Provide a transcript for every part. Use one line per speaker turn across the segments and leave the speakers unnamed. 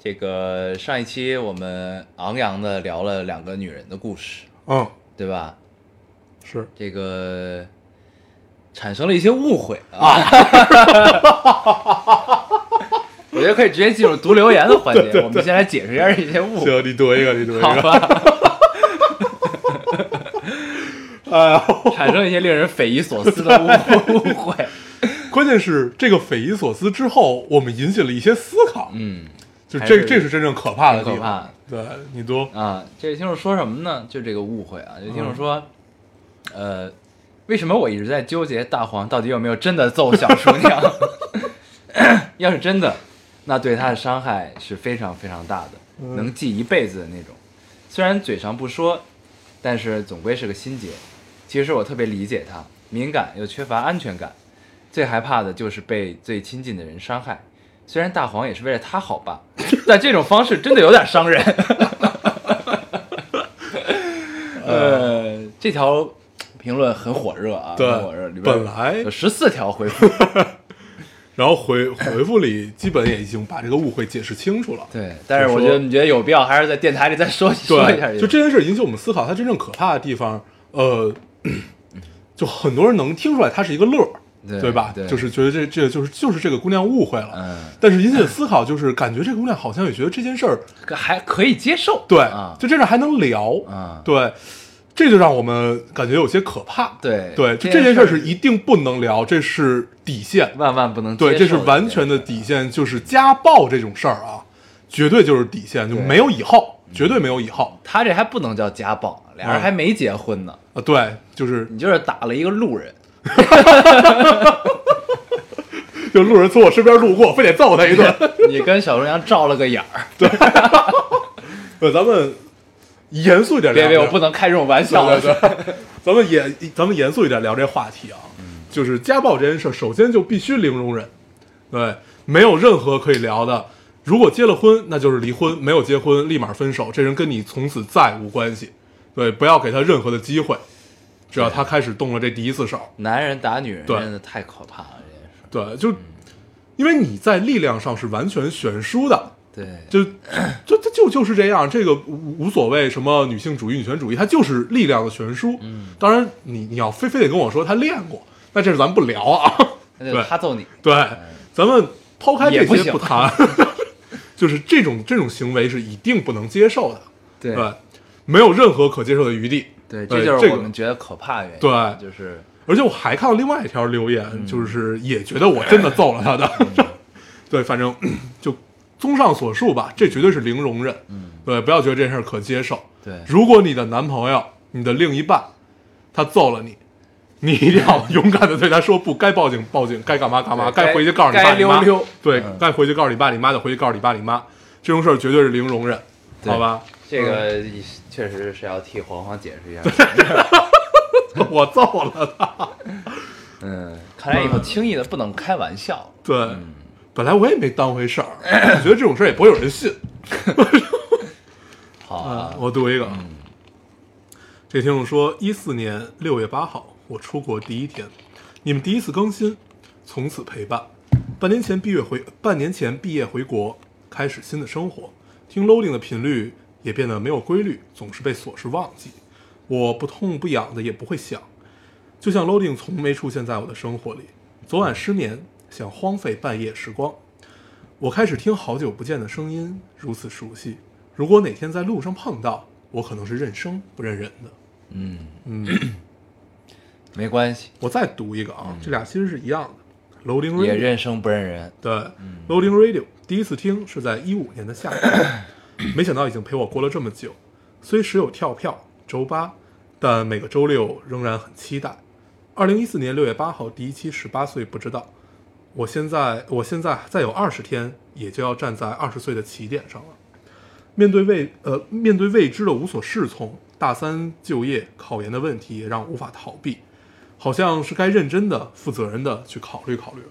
这个上一期我们昂扬的聊了两个女人的故事，
嗯，
对吧？
是
这个产生了一些误会啊。 我觉得可以直接进入读留言的环节，我们先来解释一下这些误会，
行，你读一个，你读一
好
个，
吧？
哎呀，
产生一些令人匪夷所思的误会误 会。
关键是这个匪夷所思之后，我们引起了一些思考，
嗯，
就
还
这
是
这是真正可怕的地
挺可怕
方
的，
对你读，
啊，这位听众说什么呢？就这个误会啊，这听众说，呃，为什么我一直在纠结大黄到底有没有真的揍小厨娘？ 要是真的，那对他的伤害是非常非常大的，能记一辈子的那种。虽然嘴上不说，但是总归是个心结。其实我特别理解他，敏感又缺乏安全感，最害怕的就是被最亲近的人伤害。虽然大黄也是为了他好吧， 但这种方式真的有点伤人。 呃，这条评论很火热啊，
对
很火热，里边
本来
有十四条回 复，
然后回回复里基本也已经把这个误会解释清楚了，
对，但是
就
我
说
觉得你觉得有必要还是在电台里再说 说一下
对，就这件事引起我们思考，它真正可怕的地方，呃， 就很多人能听出来它是一个乐儿。
对
对吧？
对
就是觉得这这就是就是这个姑娘误会了，
嗯
但是引起的思考就是感觉这个姑娘好像也觉得这件事儿
个还可以接受，
对，
啊，
就这事儿还能聊，
啊
对，这就让我们感觉有些可怕，
对
对，就
这
这
件事
件事儿是一定不能聊，这是底线，
万万不能接受的，
对，这是完全的底线，就是家暴这种事儿啊，绝对就是底线，就没有以后，
嗯
绝对没有以后
他这还不能叫家暴，俩人
嗯
还没结婚呢，
啊，对，就是
你就是打了一个路 人，
就路人从我身边路过，非得揍他一顿，
你跟小厨娘照了个眼儿，
对，咱们严肃一点聊，
别别，我不能开这种玩笑，
对对对，咱们也咱们严肃一点聊这话题啊，就是家暴这件事，首先就必须零容忍，对，没有任何可以聊的。如果结了婚，那就是离婚；没有结婚，立马分手。这人跟你从此再无关系，对，不要给他任何的机会。只要他开始动了这第一次手，
男人打女人
对
真的太可怕了，这件事儿，
对，就因为你在力量上是完全悬殊的，
对，
就就就就就是这样，这个无无所谓什么女性主义、女权主义，它就是力量的悬殊。嗯，当然你你要非非得跟我说他练过，那这是咱们不聊啊。
那就是他揍你，
对，咱们抛开
哎也
这
不
些
行
不谈，就是这种这种行为是一定不能接受的。
对
没有任何可接受的余地。
对，
对
这就
这
是
个
我们觉得可怕的原因，
对
就是
而且我还看到另外一条留言，
嗯
就是也觉得我真的揍了他的。 对，反正 就综上所述吧，这绝对是零容忍。嗯，对，不要觉得这事儿可接受。
对
如果你的男朋友、你的另一半他揍了你，你一定要勇敢的对他说不，该报警报警，该干嘛干嘛，
对该
该回去告诉你爸你妈。
该溜嗯溜
对，该回去告诉你爸你妈就回去告诉你爸你妈，这种事儿绝对是零容忍，
对
好吧？
这个
嗯
确实是要替黄黄解释一下。
我揍了他。
嗯，看来以后轻易的不能开玩笑。
对，
嗯
本来我也没当回事儿，我觉得这种事儿也不会有人信。
好啊，
我读一个。这听众说，一四年六月八号，我出国第一天，你们第一次更新，从此陪伴。半年前毕业回，半年前毕业回国，开始新的生活，听 loading 的频率也变得没有规律，总是被琐事忘记。我不痛不痒的，也不会想，就像 loading 从没出现在我的生活里。昨晚失眠，想荒废半夜时光，我开始听好久不见的声音，如此熟悉。如果哪天在路上碰到，我可能是认生不认人的。嗯
嗯 没关系，
我再读一个啊，这俩其实是一样的。Loading
嗯也
Radio，
认嗯生不认人。
对、Loading Radio，第一次听是在一五年的夏天， 没想到已经陪我过了这么久。虽时有跳票周八，但每个周六仍然很期待。二零一四年六月八号第一期《十八岁不知道》，我现在我现在再有二十天，也就要站在二十岁的起点上了。面对未呃面对未知的无所适从，大三就业、考研的问题也让我无法逃避，好像是该认真的、负责任的去考虑考虑了。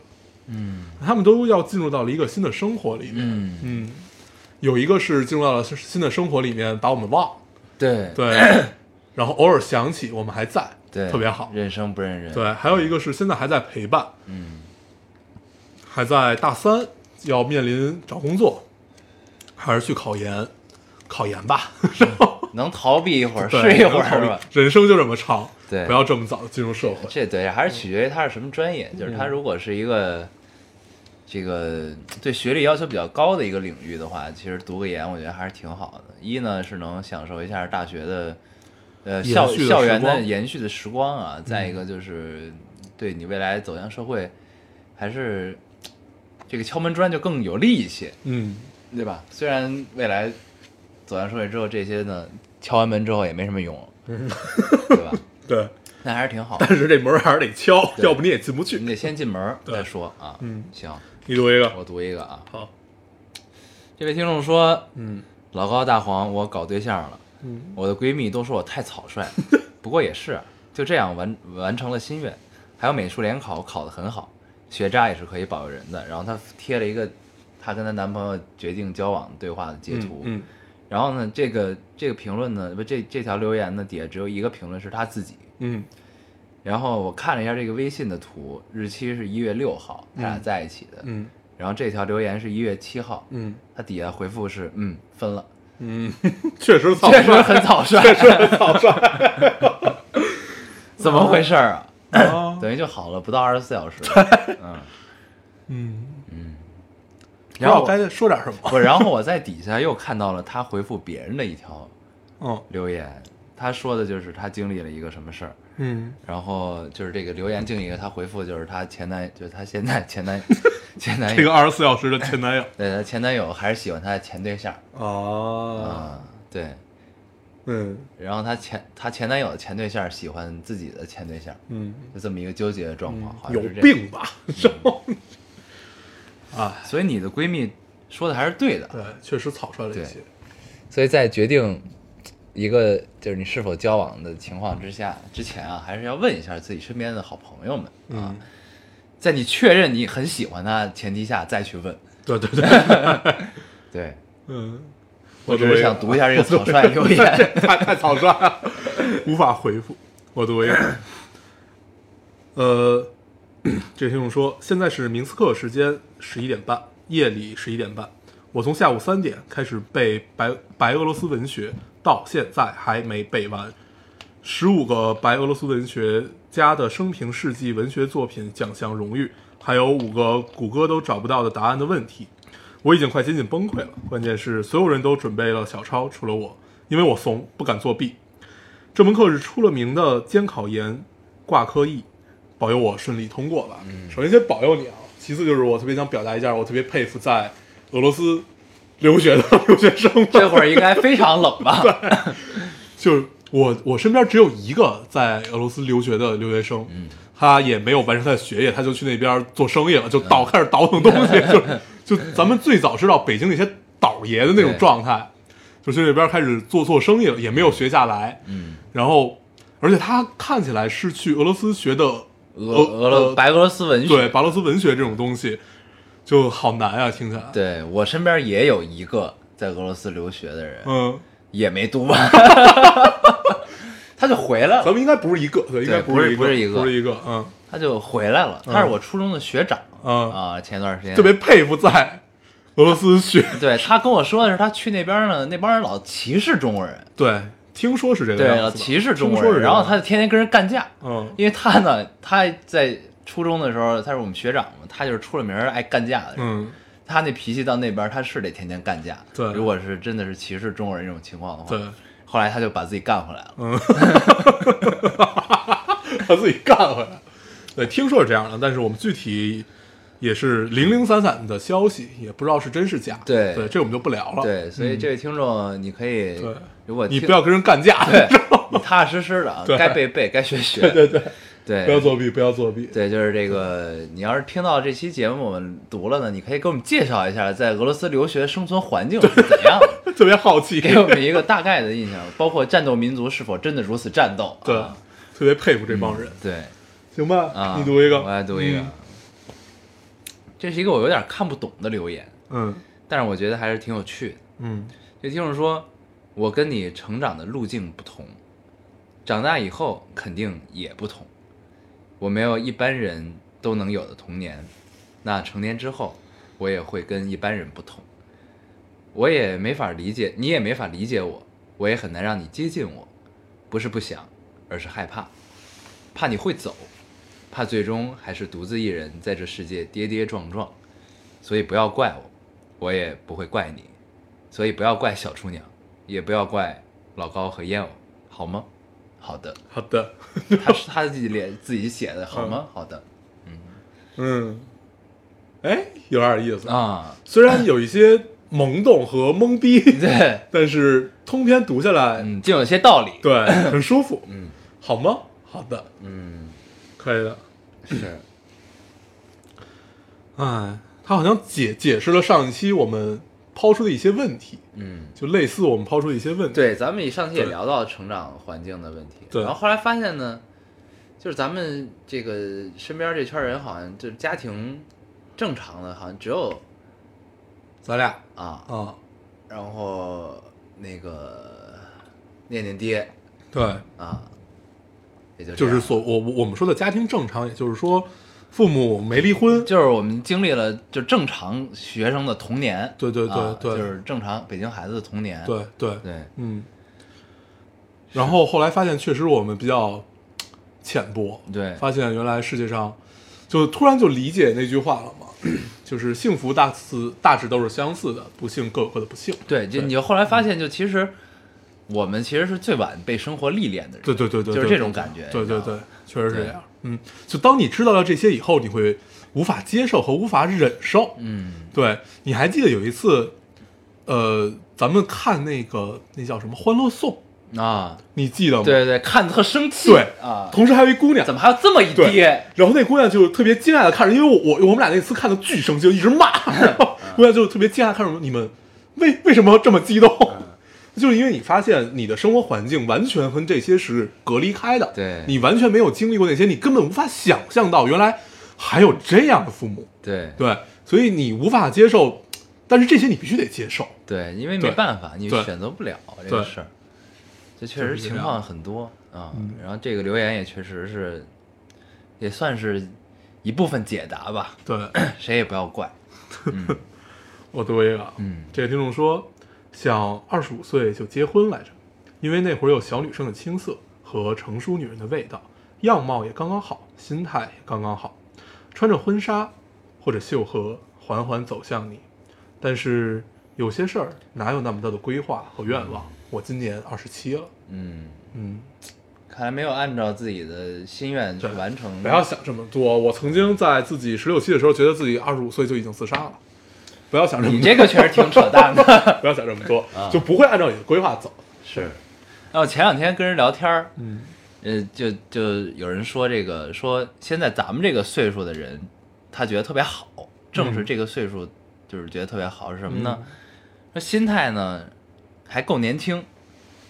嗯，他们都要进入到了一个新的生活里面。
嗯
嗯，有一个是进入到了新的生活里面，把我们忘，
对
对，然后偶尔想起我们还在，
对，
特别好。
认生不认人，
对，还有一个是现在还在陪伴，
嗯，
还在大三，要面临找工作，还是去考研，考研 吧，
能逃避一会儿
对
是一会
考
儿
虑
是吧？
人生就这么长，
对
不要这么早就进入社 会。
这对，还是取决于他是什么专业。就是
嗯
他如果是一个这个对学历要求比较高的一个领域的话，其实读个研我觉得还是挺好的。一呢是能享受一下大学的呃
延
校
续的
校
时
园的
光嗯
延续的时光啊，再一个就是对你未来走向社会还是这个敲门砖就更有力一些，
嗯，
对吧？虽然未来走向社会之后这些呢敲完门之后也没什么用，对 吧？
对，
那还是挺好的。
但是这门儿还是得敲，
对
要不你也进不去
你。得先进门儿
对
再说啊。
嗯
行，
你读一个，
我读一个啊。
好，
这位听众说，
嗯
老高大黄，我搞对象了，
嗯，
我的闺蜜都说我太草 率，不过也是，就这样完完成了心愿。还有美术联考考得很好，学渣也是可以保佑人的。然后她贴了一个她跟她男朋友决定交往对话的截图，
嗯，
然后呢，这个这个评论呢，不这这条留言呢底下只有一个评论是她自己，
嗯
然后我看了一下这个微信的图，日期是一月六号，他俩
嗯
在一起的。
嗯
然后这条留言是一月七号，
嗯
他底下回复是嗯分了，
嗯 嗯，确实草
确实
率，
很草 率，确实很草率，怎么回事儿啊？
啊
等于就好了不到二十四小时，嗯，
嗯， 不知
然后
道
我
该说点什么。
不，然后我在底下又看到了他回复别人的一条
嗯
留言，他说的就是他经历了一个什么事儿，
嗯，
然后就是这个留言另一个他回复就是他前男，就是他现在前 男前男
这
友
个，二十四小时的前男友
对他前男友还是喜欢他的前对象
啊，
啊，对，
嗯
然后她前她前男友的前对象喜欢自己的前对象，
嗯，
就这么一个纠结的状况，好像
有
是这样。
病吧？嗯啊，
所以你的闺蜜说的还是对的。
对，确实草率了一
对
些。
所以在决定一个就是你是否交往的情况之下之前啊，还是要问一下自己身边的好朋友们啊，
嗯，
在你确认你很喜欢他的前提下再去问。
对对对，
对
嗯，
我只是想读一下这个草率留
一下，这
言。
太太草率了，无法回复。我读一个，呃，这个听众说，现在是明斯克时间十一点半，夜里十一点半。我从下午三点开始背白白俄罗斯文学，到现在还没背完。十五个白俄罗斯文学家的生平事迹、文学作品奖项荣誉，还有五个谷歌都找不到的答案的问题，我已经快接近崩溃了。关键是所有人都准备了小抄，除了我，因为我怂，不敢作弊。这门课是出了名的监考研挂科一，保佑我顺利通过吧。
嗯
首先先保佑你啊，其次就是我特别想表达一下，我特别佩服在俄罗斯留学的 留学生们。
这会儿应该非常冷吧？
就是我我身边只有一个在俄罗斯留学的留学生，
嗯
他也没有完成他的学业，他就去那边做生意了，
嗯
就倒开始倒腾东 西，就就咱们最早知道北京那些倒爷的那种
对
状态，就去那边开始做做生意了，也没有学下来，
嗯，
然后而且他看起来是去俄罗斯学的
俄俄罗
呃
白俄罗斯文学
对白俄罗斯文学这种东西，就好难啊，听起来，
对我身边也有一个在俄罗斯留学的人，
嗯，
也没读 完，他就回来
咱
了，
们应该不是一个，对，应该
不是
不
不是
是
一
一
个
不是一个，嗯
他就回来了。他是我初中的学长
嗯。
啊，前段时间
特别佩服在俄罗斯学。
对他跟我说的是，他去那边呢，那帮人老歧视中国人，
对，听说是这个
对，
样
老
子吧。
歧视中国
听说
人，
是这
然
样
后他就天天跟人干架，
嗯
因为他呢，他在初中的时候，他是我们学长嘛，他就是出了名儿爱干架的人。
嗯
他那脾气到那边儿，他是得天天干架。
对
如果是真的是歧视中国人这种情况的话，
对，
后来他就把自己干回来了。
嗯，他自己干回来。对，听说是这样的，但是我们具体也是零零散散的消息，也不知道是真是假。
对
对，这我们就不聊了。，
对，所以这位听众，你可以，
嗯对
如果
你
听
不要跟人干架。
对，你踏踏实实的啊，
对
该背背，该学学。
对对对，
对，
不要作弊，不要作弊。
对，就是这个。你要是听到这期节目我们读了呢，你可以给我们介绍一下在俄罗斯留学生存环境是怎样 的，
特别好奇，
给我们一个大概的印象，包括战斗民族是否真的如此战斗。
对
啊，
特别佩服这帮人，
对
行吧？
啊，
你读一个，
我来读一个
嗯。
这是一个我有点看不懂的留言，
嗯
但是我觉得还是挺有趣的。
嗯
这听众说，我跟你成长的路径不同，长大以后肯定也不同。我没有一般人都能有的童年，那成年之后，我也会跟一般人不同。我也没法理解，你也没法理解我，我也很难让你接近我。不是不想，而是害怕，怕你会走，怕最终还是独自一人在这世界跌跌撞撞。所以不要怪我，我也不会怪你。所以不要怪小厨娘，也不要怪老高和燕鸥，好吗？好的，
好的，
他是他自己脸自己写的，好吗？好的
嗯，哎，有点意思。
啊，
虽然有一些懵懂和懵逼，
对，
但是通篇读下来，
哎嗯，就有些道理，
对，很舒服。
嗯，
好吗？好的，
嗯，
可以的。
是，
哎，他好像解解释了上一期我们抛出的一些问题，
嗯，
就类似我们抛出的一些问题。，
对，咱们上期也
对
聊到成长环境的问题，
对
然后后来发现呢，就是咱们这个身边这圈人好像就是家庭正常的，好像只有
咱俩
啊，
啊，
然后那个念念爹
对，
啊，也就这
就是
样
所我我我们说的家庭正常，也就是说父母没离婚，
就是我们经历了就正常学生的童年，
对对对
啊
对
就是正常北京孩子的童年，
对对，
对
嗯。然后后来发现，确实我们比较浅薄，
对
发现原来世界上，就突然就理解那句话了嘛，就是幸福大致大致都是相似的，不幸各有各的不幸。
对，就你就后来发现，就其实我们其实是最晚被生活历练的人，
对对对对，
就是这
对
种感觉，
对对
你知道
对
吗，
确实是
对
这样。嗯，就当你知道了这些以后，你会无法接受和无法忍受。
嗯
对，你还记得有一次，呃，咱们看那个那叫什么《欢乐颂》，
啊，
你记得吗？
对对，看得特生气，
嗯对
啊，
同时还有一姑娘
怎，么还有这么一
对
爹？
然后那姑娘就特别惊讶的看着，因为我我我们俩那次看的巨生气，就一直骂，然后姑娘就特别惊讶地看着我们你们为为什么这么激动？ 就是因为你发现你的生活环境完全和这些是隔离开的，
对
你完全没有经历过那些，你根本无法想象到原来还有这样的父母，
对
对，所以你无法接受，但是这些你必须得接受，
对，因为没
对
办法，你
对
选择不了这个
对
事儿，这确实
是这
情
样嗯
况很多啊。然后这个留言也确实是，也算是一部分解答吧。
对，
谁也不要怪。
我读一个，
嗯，
这个听众说，想二十五岁就结婚来着，因为那会儿有小女生的青涩和成熟女人的味道，样貌也刚刚好，心态也刚刚好，穿着婚纱或者秀禾缓缓走向你。但是有些事儿哪有那么多的规划和愿望？我今年二十七了，
嗯，
嗯，
看来没有按照自己的心愿去
对
完成。
不要想这么多。我曾经在自己十六七的时候，觉得自己二十五岁就已经自杀了。不要想这么多，
你这个确实挺扯淡啊 的。
不要想这么多，就不会按照你的规划走。
是。那我哦前两天跟人聊天儿，
嗯，
呃，就就有人说这个，说现在咱们这个岁数的人，他觉得特别好，正
嗯
是这个岁数，就是觉得特别好是什么呢？说心态呢还够年轻，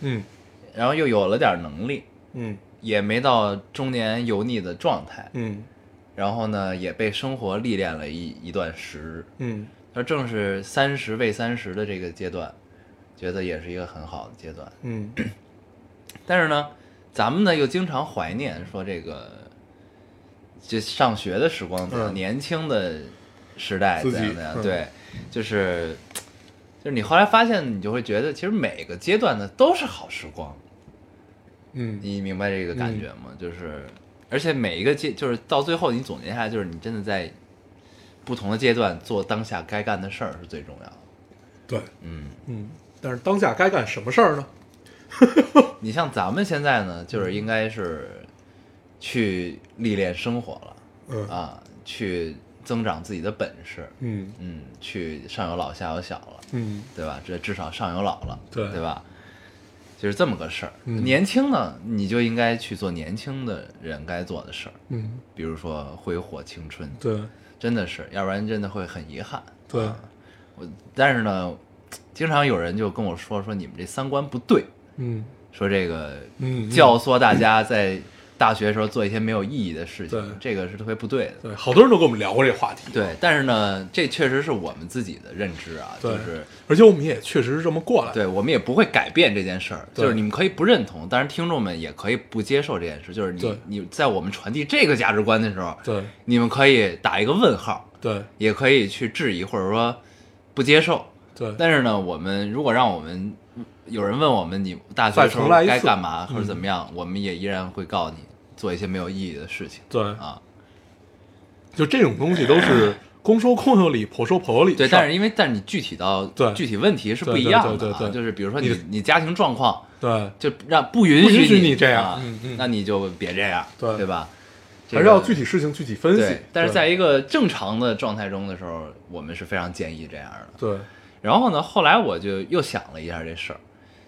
嗯
然后又有了点能力，
嗯
也没到中年油腻的状态，
嗯
然后呢也被生活历练了一一段时日。
嗯
他正是三十未三十的这个阶段，觉得也是一个很好的阶段。
嗯
但是呢，咱们呢又经常怀念说这个，就上学的时光怎样，
嗯
年轻的时代
自
怎样
己
怎样，
嗯
对，就是就是你后来发现，你就会觉得其实每个阶段呢都是好时光，
嗯，
你明白这个感觉吗？就是而且每一个阶，就是到最后你总结下来，就是你真的在不同的阶段做当下该干的事儿是最重要的。
对，
嗯，
嗯。但是当下该干什么事儿呢？
你像咱们现在呢，
嗯
就是应该是去历练生活了
嗯
啊，去增长自己的本事，
嗯
嗯，去上有老下有小了，
嗯，
对吧？这至少上有老了，
对
对吧？就是这么个事儿。
嗯
年轻呢，你就应该去做年轻的人该做的事儿，
嗯，
比如说挥霍青春，
对
真的是，要不然真的会很遗憾。啊
对，
我但是呢，经常有人就跟我说说你们这三观不对，
嗯
说这个
嗯，嗯
教唆大家在大学的时候做一些没有意义的事情，
对
这个是特别不对的。
对，好多人都跟我们聊过这个话题，
对，但是呢，这确实是我们自己的认知啊，就
对
是
而且我们也确实是这么过来的，
对我们也不会改变这件事儿，
对
就是你们可以不认同，当然听众们也可以不接受这件事，就是你
对
你在我们传递这个价值观的时候，
对
你们可以打一个问号，
对
也可以去质疑或者说不接受，
对，
但是呢，我们如果让我们有人问我们你大学
再
的时候
重来一次嗯
该干嘛或者怎么样，我们也依然会告诉你做一些没有意义的事情
对，
啊。
就这种东西都是公说公有理，婆说婆有理的
对，
事儿。
但是因为但是你具体到
对
具体问题是不
对
一
对
样的
对
啊，
对对
就是比如说你
你
你家庭状况
对，
就让不允
不允许
你
你这样
啊
嗯嗯
那你就别这样，
对
对吧？
还是要具
体
体事情具体分析
对。，但是
对
在一个正常的状态中的时候，我们是非常建议这样的。
对
然后呢，后来我就又想了一下这事儿，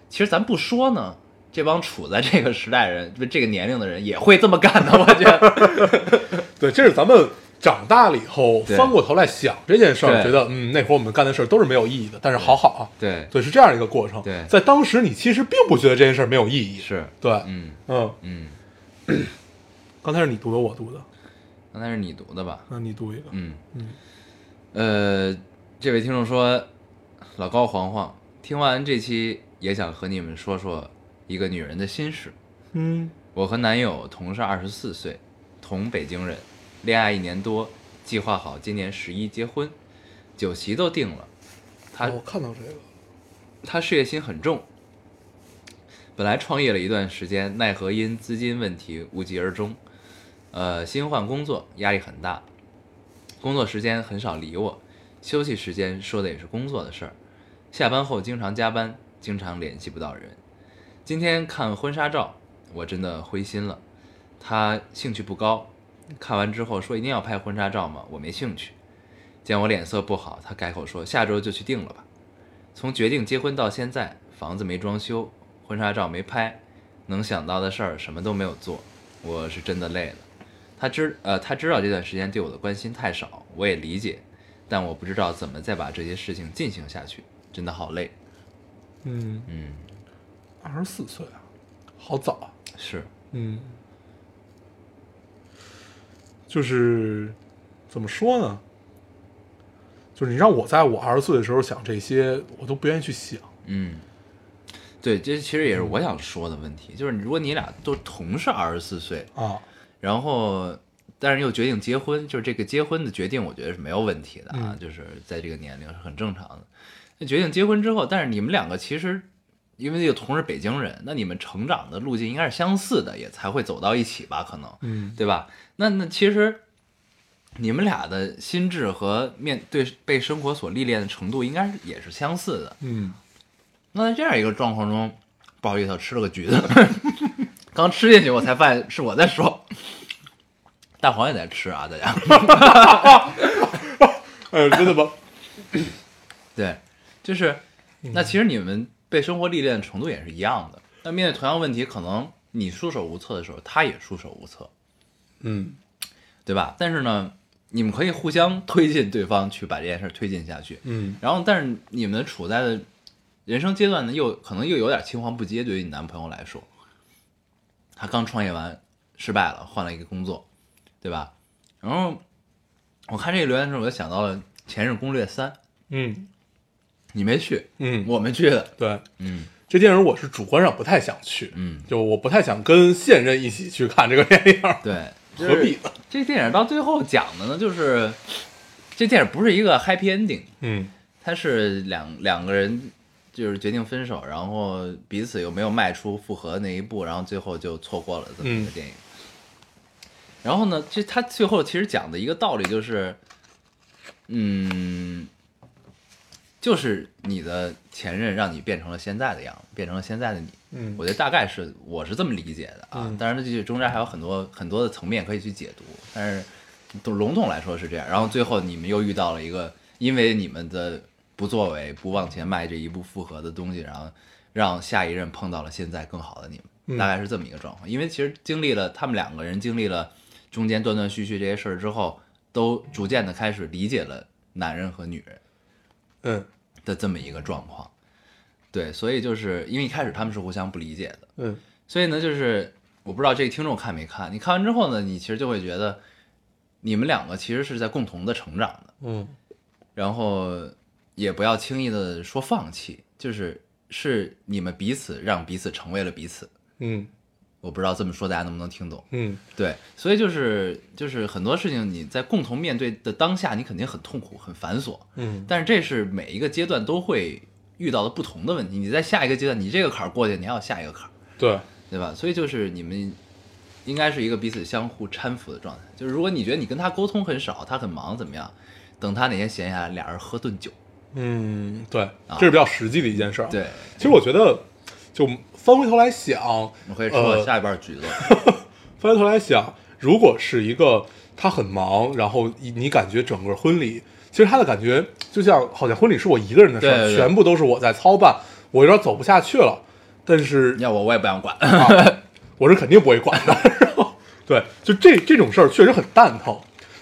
其实咱不说呢，这帮处在这个时代人、不这个年龄的人也会这么干的，我觉得。
对，这是咱们长大了以后
对
翻过头来想这件事
对
儿，觉得嗯，那会儿我们干的事儿都是没有意义的，但是好好啊。
对，
对，是这样一个过程。
对
在当时你其实并不觉得这件事儿没有意义。
是，
对，
嗯
嗯，
嗯，
刚才是你读的，我读的，
刚才是你读的吧？
那你读一个。
嗯
嗯，
呃，这位听众说，老高黄黄，听完这期也想和你们说说一个女人的心事。
嗯
我和男友同是二十四岁，同北京人，恋爱一年多，计划好今年十一结婚，酒席都定了。他、
哦我看到这个了，
他事业心很重，本来创业了一段时间，奈何因资金问题无疾而终。呃，新换工作，压力很大，工作时间很少理我，休息时间说的也是工作的事儿。下班后经常加班，经常联系不到人。今天看婚纱照，我真的灰心了。他兴趣不高，看完之后说一定要拍婚纱照吗？我没兴趣。见我脸色不好，他改口说下周就去定了吧。从决定结婚到现在，房子没装修，婚纱照没拍，能想到的事儿什么都没有做，我是真的累了。他知呃，他知道这段时间对我的关心太少，我也理解，但我不知道怎么再把这些事情进行下去，真的好累。
嗯，
嗯，
二十四岁啊，好早啊。
是，
嗯，就是怎么说呢？就是你让我在我二十岁的时候想这些，我都不愿意去想。
嗯，对，这其实也是我想说的问题，就是你如果你俩都同是二十四岁，
啊，
然后但是又决定结婚，就是这个结婚的决定，我觉得是没有问题的啊，
嗯
就是在这个年龄是很正常的。那决定结婚之后，但是你们两个其实因为又同是北京人，那你们成长的路径应该是相似的，也才会走到一起吧？可能，
嗯，
对吧？那那其实你们俩的心智和面对被生活所历练的程度，应该是也是相似的。
嗯，
那在这样一个状况中，不好意思，我吃了个橘子，刚吃进去我才发现是我在说，大黄也在吃啊，大家。
哎，真的吗？
对，就是那其实你们被生活历练的程度也是一样的。那面对同样问题，可能你束手无策的时候，他也束手无策，
嗯，
对吧？但是呢，你们可以互相推进对方去把这件事推进下去。
嗯，
然后，但是你们处在的人生阶段呢，又可能又有点青黄不接。对于你男朋友来说，他刚创业完失败了，换了一个工作，对吧？然后我看这个留言的时候，我就想到了《前任攻略三》，
嗯，
你没去，
嗯，
我们去的。
对，
嗯
这电影我是主观上不太想去，
嗯，
就我不太想跟现任一起去看这个电影，
对，就是
何必呢？
这电影到最后讲的呢，就是这电影不是一个 happy ending，
嗯，
它是两两个人就是决定分手，然后彼此又没有迈出复合那一步，然后最后就错过了这么一个
嗯
电影。然后呢，这他最后其实讲的一个道理就是，嗯，就是你的前任让你变成了现在的样子，变成了现在的你。
嗯
我觉得大概是我是这么理解的啊。
嗯
当然，这中间还有很多很多的层面可以去解读，但是都笼统来说是这样。然后最后你们又遇到了一个，因为你们的不作为、不往前迈这一步复合的东西，然后让下一任碰到了现在更好的你
嗯
们，大概是这么一个状况。因为其实经历了他们两个人经历了中间断断续续这些事儿之后，都逐渐的开始理解了男人和女人
嗯
的这么一个状况。对，所以就是因为一开始他们是互相不理解的，
嗯
所以呢，就是我不知道这个听众看没看，你看完之后呢，你其实就会觉得你们两个其实是在共同的成长的，
嗯
然后也不要轻易的说放弃，就是是你们彼此让彼此成为了彼此。
嗯
我不知道这么说大家能不能听懂？
嗯
对，所以就是就是很多事情你在共同面对的当下，你肯定很痛苦、很繁琐，
嗯
但是这是每一个阶段都会遇到的不同的问题。你在下一个阶段，你这个坎儿过去，你还有下一个坎儿。
对，
对吧？所以就是你们应该是一个彼此相互搀扶的状态。就是如果你觉得你跟他沟通很少，他很忙怎么样？等他哪天闲下来，俩人喝顿酒。
嗯对，
啊
这是比较实际的一件事儿。
对，
其实我觉得，就翻回头来想，
我可以
呃
说下一半橘子。
翻回头来想，如果是一个他很忙，然后你你感觉整个婚礼，其实他的感觉就像好像婚礼是我一个人的事儿，
对对对
全部都是我在操办，我有点走不下去了。但 是 啊
要我我也不想管。
我是肯定不会管的。然后，对，就这这种事儿确实很蛋疼。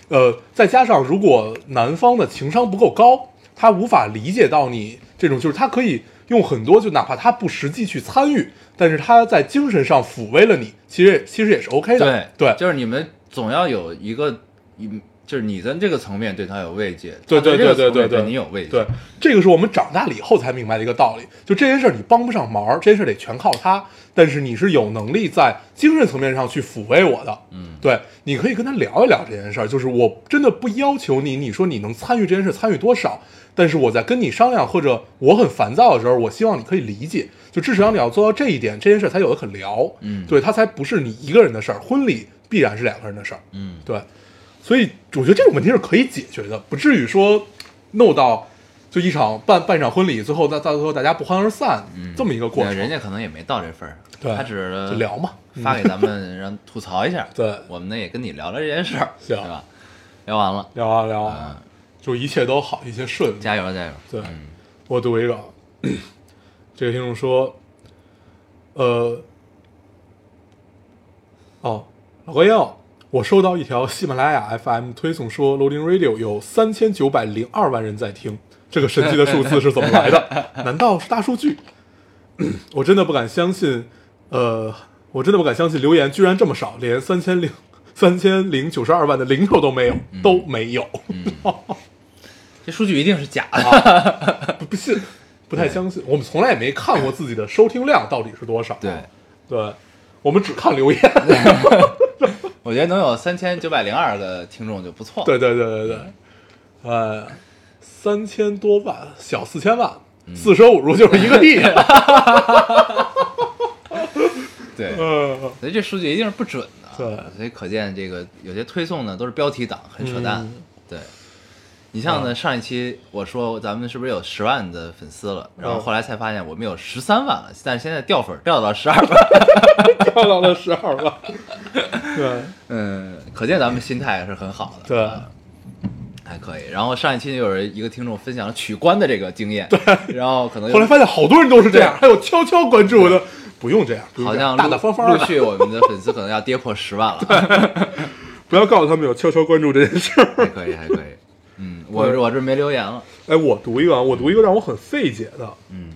呃，再加上如果男方的情商不够高，他无法理解到你这种，就是他可以用很多，就哪怕他不实际去参与，但是他在精神上抚慰了你，其实其实也是 OK 的。对
就是你们总要有一个，嗯就是你在这个层面对他有慰藉，
对对
他在这
对
个
对
层面
对
对你有慰藉。
对，这个是我们长大了以后才明白的一个道理。就这件事儿你帮不上忙，这件事儿得全靠他，但是你是有能力在精神层面上去抚慰我的。嗯，对，你可以跟他聊一聊这件事儿。就是我真的不要求你，你说你能参与这件事参与多少，但是我在跟你商量或者我很烦躁的时候，我希望你可以理解。就至少你要做到这一点，这件事儿才有的可聊。
嗯
对，它才不是你一个人的事儿，婚礼必然是两个人的事儿。
嗯，
对，所以我觉得这种问题是可以解决的，不至于说弄到就一场办办一场婚礼，最后到到最后大家不欢而散、这么一个过
对，
程。
嗯人家可能也没到这份儿，
对
他只
就是聊嘛，
发给咱们让吐槽一下。
对
我们呢也跟你聊聊这件事儿，对
行
吧？聊完了，
聊啊聊
嗯，
啊，就一切都好，一切顺利。
加油加油。
对
嗯
我读一个啊，这个听众说，呃，哦，老高要，我收到一条喜马拉雅 FM 推送说，Loading Radio 有三千九百零二万人在听，这个神奇的数字是怎么来的？难道是大数据？ 我真的不敢相信，呃，我真的不敢相信留言居然这么少，连三千零三千零九十二万的零头都没有，都没有，
这数据一定是假的。
不不信，不太相信。我们从来也没看过自己的收听量到底是多少。
对，
对，我们只看留言。
我觉得能有三千九百零二个听众就不错。
对对对对对，呃，三千多万，小四千万，
嗯
四舍五入就是一个亿。啊
对，
嗯，
所以这数据一定是不准的。
对
所以可见这个有些推送呢都是标题党，很扯淡。
嗯
对，你像呢、上一期我说咱们是不是有十万的粉丝了，
嗯
然后后来才发现我们有十三万了，但是现在掉粉儿掉到十二 万。
跳到了十二万。对
嗯，可见咱们心态是很好的。
对，
哎还可以，然后上一期有人一个听众分享了取关的这个经验，对，然后可能
后来发现好多人都是这样，还有悄悄关注我的，不用这样，不用
好
这样
像
大
陆
大方方
陆
的，
续我们的粉丝可能要跌破十万了，
不要告诉他们有悄悄关注这件事儿。
还可以，还可以。 嗯，我我这没留言了。
哎，我读一个啊，我读一个让我很费解的，
嗯，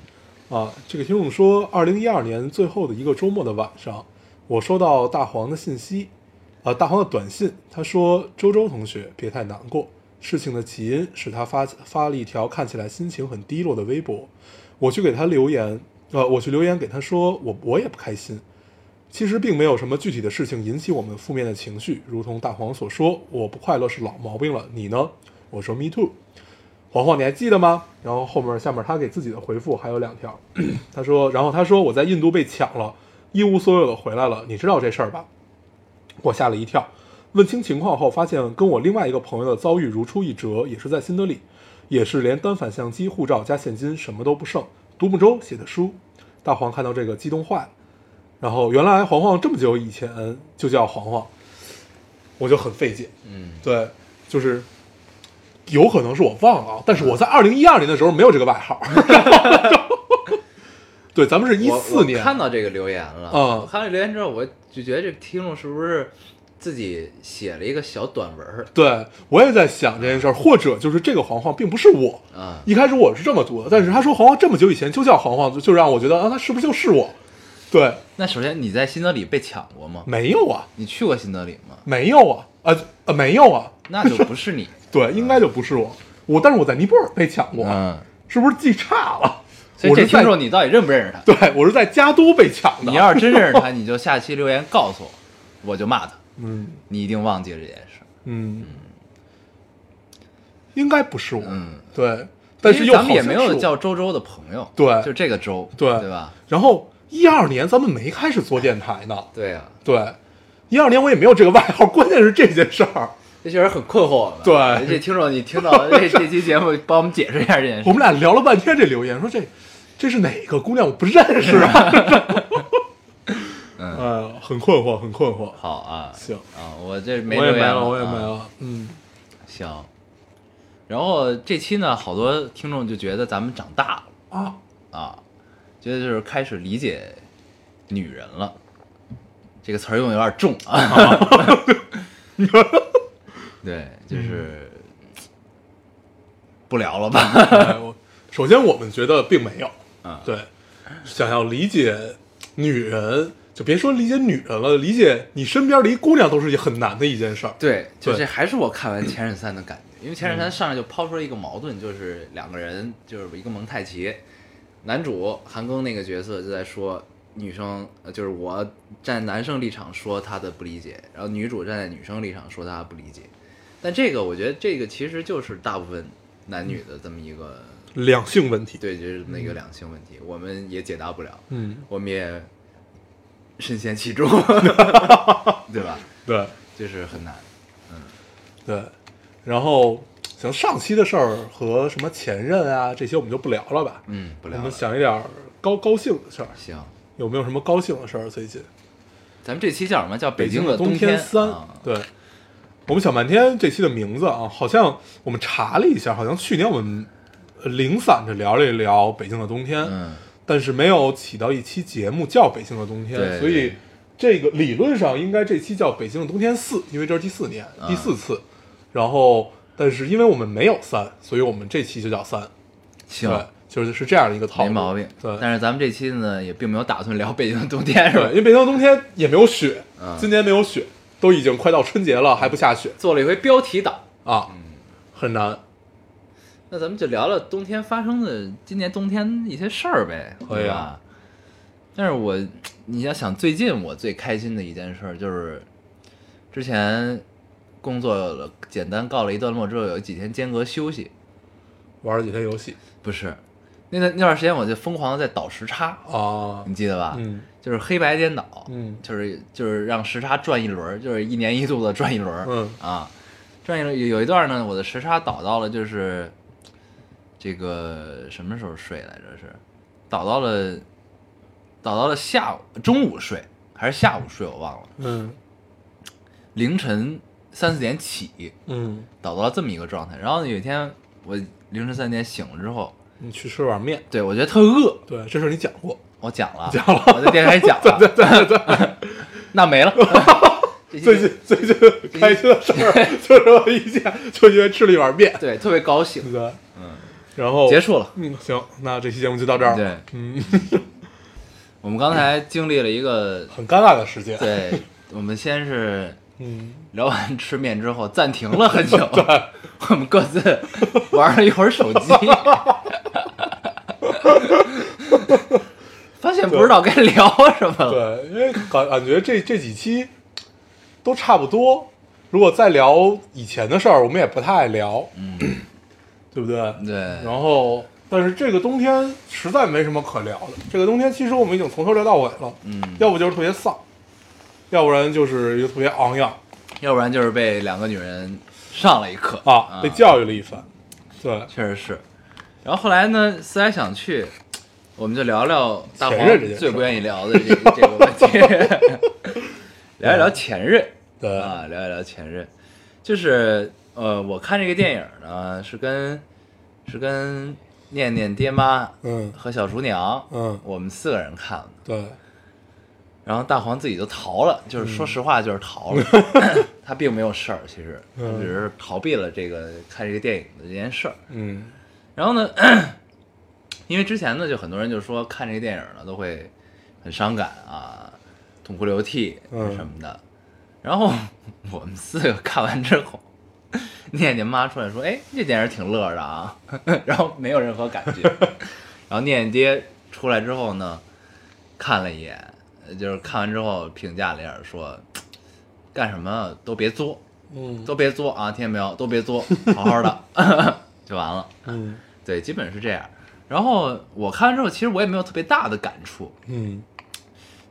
啊，这个听众说，二零一二年最后的一个周末的晚上，我收到大黄的信息，啊，大黄的短信，他说：“周周同学，别太难过，事情的起因是他发发了一条看起来心情很低落的微博，我去给他留言，呃，我去留言给他说，我我也不开心，其实并没有什么具体的事情引起我们负面的情绪，如同大黄所说，我不快乐是老毛病了。你呢？我说 me too。黄黄，你还记得吗？然后后面下面他给自己的回复还有两条， 他说，然后他说我在印度被抢了，一无所有的回来了，你知道这事儿吧？我吓了一跳。问清情况后，发现跟我另外一个朋友的遭遇如出一辙，也是在新德里，也是连单反相机、护照加现金什么都不剩。独木舟写的书，大黄看到这个激动坏了。然后原来黄黄这么久以前就叫黄黄，我就很费解。
嗯，
对，就是有可能是我忘了，啊，但是我在二零一二年的时候没有这个外号。 对，咱们是一
我
四年
我看到这个留言了，
嗯
我看到留言之后，我就觉得这听众是不是自己写了一个小短文儿
对我也在想这件事儿，或者就是这个黄黄并不是我。
啊？
一开始我是这么读的，但是他说黄黄这么久以前就叫黄黄，就就让我觉得啊，他是不是就是我？对，
那首先你在新德里被抢过吗？
没有啊，
你去过新德里吗？
没有啊，啊啊没有啊，
那就不 是你。
对，应该就不是我。我但是我在尼泊尔被抢过，
嗯，
是不是记差了？
所以
我
这
是在
听众你到底认不认 识他？
对我是在加都被抢的。
你要是真 认识他，你就下期留言告诉我，我就骂他。
嗯
你一定忘记了这件事。
嗯，应该不是我，
嗯，
对，但是
因为
又
咱们也
好像
没有
是我
叫周周的朋友，
对
就这个周，
对
对吧？
然后一二年咱们没开始做电台呢，
对啊，
对，一二年我也没有这个外号，关键是这件事儿，
这确实很困惑我们。
对
这听众你听到 这这期节目，帮我们解释一下这件
我
事。
们俩聊了半天这留言，说这这是哪个姑娘我不认识啊，
嗯
哎呀，很困惑，很困惑，
好啊，
行
啊，我这
我
没
也
留
没
言
了，我也没
啊。
了，嗯，
行，然后这期呢，好多听众就觉得咱们长大
啊，
了啊，觉得就是开始理解女人了，这个词儿用得有点重啊。 对，
嗯
就是不聊了吧？
哎我首先我们觉得并没有，
啊，
对，想要理解女人。就别说理解女人了，理解你身边的一姑娘都是很难的一件事儿。
对，就
对嗯
这还是我看完《前任三》的感觉，因为《前任三》上来就抛出了一个矛盾，就是两个人就是一个蒙太奇，男主韩庚那个角色就在说女生，呃就是我站男生立场说他的不理解，然后女主站在女生立场说他不理解，但这个我觉得这个其实就是大部分男女的这么一个
两性问题，
对，就是那个两性问题，我们也解答不了，
嗯，
我们也深陷其中， 对吧？
对
就是很难，
对。然后，行，上期的事儿和什么前任啊这些我们就不聊了吧，
嗯，不聊
我
了
们。想一点儿高高兴的事儿，
行，
有没有什么高兴的事儿？最近《
咱们这期叫什么？叫《
北
京
的
冬
天三》
啊
对。我们想半天这期的名字啊，好像我们查了一下，好像去年我们呃零散着聊了一聊《北京的冬天》
嗯，
但是没有起到一期节目叫《北京的冬天》，
对
所以
对
这个理论上应该这期叫《北京的冬天四》，因为这是第四年、
啊
第四次。然后，但是因为我们没有三，所以我们这期就叫三。
行
对，，就是是这样的一个套
没
路，
毛病。
对，
但是咱们这期呢，也并没有打算聊《北京的冬天》，是
对，因
吧？
为北京的冬天也没有雪，
嗯
今年没有雪，都已经快到春节了还不下雪
做了一回标题党，
啊，很难。
那咱们就聊聊冬天发生的今年冬天一些事儿呗，
可以
对
啊
吧？但是我，你要想最近我最开心的一件事儿就是，之前工作了简单告了一段落之后，有几天间隔休息，
玩了几天游戏
不是，那段那段时间我就疯狂的在倒时差，
啊，
你记得吧？
嗯
就是黑白颠倒，
嗯
就是就是让时差转一轮儿，就是一年一度的转一轮儿，
嗯
啊，转一轮有有一段呢，我的时差倒到了就是这个什么时候睡来着是？倒到了倒到了下午中午睡还是下午睡我忘了，
嗯
凌晨三四点起
嗯，
倒到了这么一个状态，然后呢有一天我凌碗三点醒了之后，
你去吃碗面，
对我觉得特饿，
对，这事儿你讲过，
我讲了，
讲了
我在电台讲 了，对对对那没了。这期
最近最近开心的事
嗯
儿 就是我一下就因为吃了一碗面，
对特别高 兴，
对，嗯，然后
结，束了。
嗯，行，那这期节目就到这儿，
对，
嗯，
我们刚才经历了一个，
很尴尬的时间，，
对， 我们先是
嗯，
聊完吃面之后暂停了 很久，我们各自玩了一会儿手 机，发现不知道该聊什么了。
对，因为感感觉这这几期都差不多，如果再聊以前的事儿，我们也不太爱聊，嗯，对不对？
对，
然后，但是这个冬天实在没什么可聊的。这个冬天其实我们已经从头聊到尾了，
嗯
要不就是特别丧，要不然就是一个特别昂扬
要不然就是被两个女人上了一课
啊，被教育了一番。对，
确实是。然后后来呢，思来想去，我们就聊聊大黄
前任这件事
最不愿意聊的这个这个问题， 聊一聊前任
对
啊，聊一聊前任。就是呃，我看这个电影呢，是跟是跟念念爹妈
嗯
和小厨娘，
嗯
我们四个人看了，
对，
然后大黄自己就逃了，就是
嗯
说实话就是逃 了，他并没有事儿，其实他只是逃避了这个看这个电影的这件事儿。
嗯
然后呢， 因为之前呢，就很多人就说看这个电影呢都会很伤感啊，痛哭流涕
嗯
什么的。然后 我们四个看完之后，念念妈出来说：“哎，这电影挺乐的啊。” 然后没有任何感觉。然后念念爹出来之后呢，看了一眼，呃就是看完之后评价了一下，说：“干什么都别作，
嗯
都别作啊，听见没有？都别作，好好的 就完了。”
嗯
对，基本是这样。然后我看完之后，其实我也没有特别大的感触，
嗯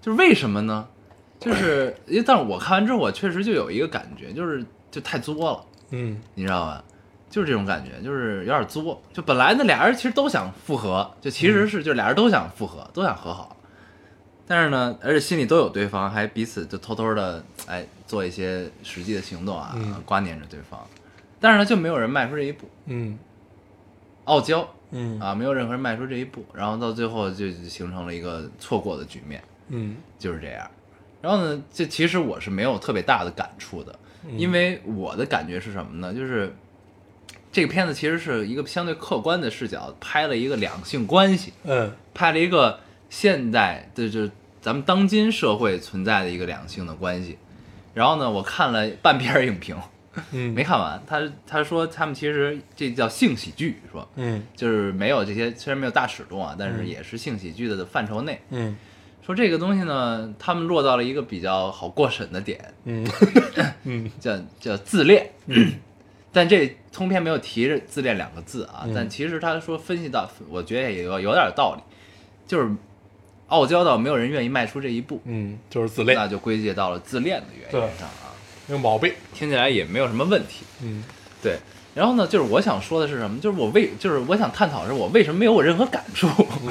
就是为什么呢？就是因为，但是我看完之后，我确实就有一个感觉，就是就太作了，
嗯
你知道吧？就是这种感觉，就是有点作。就本来那俩人其实都想复合，就其实是就俩人都想复合，都想和好，但是呢，而且心里都有对方，还彼此就偷偷的哎做一些实际的行动啊，
嗯
挂念着对方，但是呢，就没有人迈出这一步，
嗯
傲娇。
嗯
啊，没有任何人迈出这一步，然后到最后就形成了一个错过的局面，
嗯
就是这样。然后呢，这其实我是没有特别大的感触的，因为我的感觉是什么呢？就是这个片子其实是一个相对客观的视角拍了一个两性关系，
嗯
拍了一个现代的，就是咱们当今社会存在的一个两性的关系。然后呢，我看了半篇儿影评，
嗯
没看完。他他说他们其实这叫性喜剧，说
嗯
就是没有这些，虽然没有大尺度啊，但是也是性喜剧的范畴内。
嗯
说这个东西呢，他们落到了一个比较好过审的点，
嗯
叫叫自恋。 但这通篇没有提着“自恋”两个字啊，但其实他说分析到，我觉得也有有点道理，就是傲娇到没有人愿意迈出这一步，
嗯，就是自恋
那就归结到了自恋的原因上啊，
那个毛病。
听起来也没有什么问题。
嗯
对，然后呢，就是我想说的是什么？就是我为，就是我想探讨的是我为什么没有我任何感触。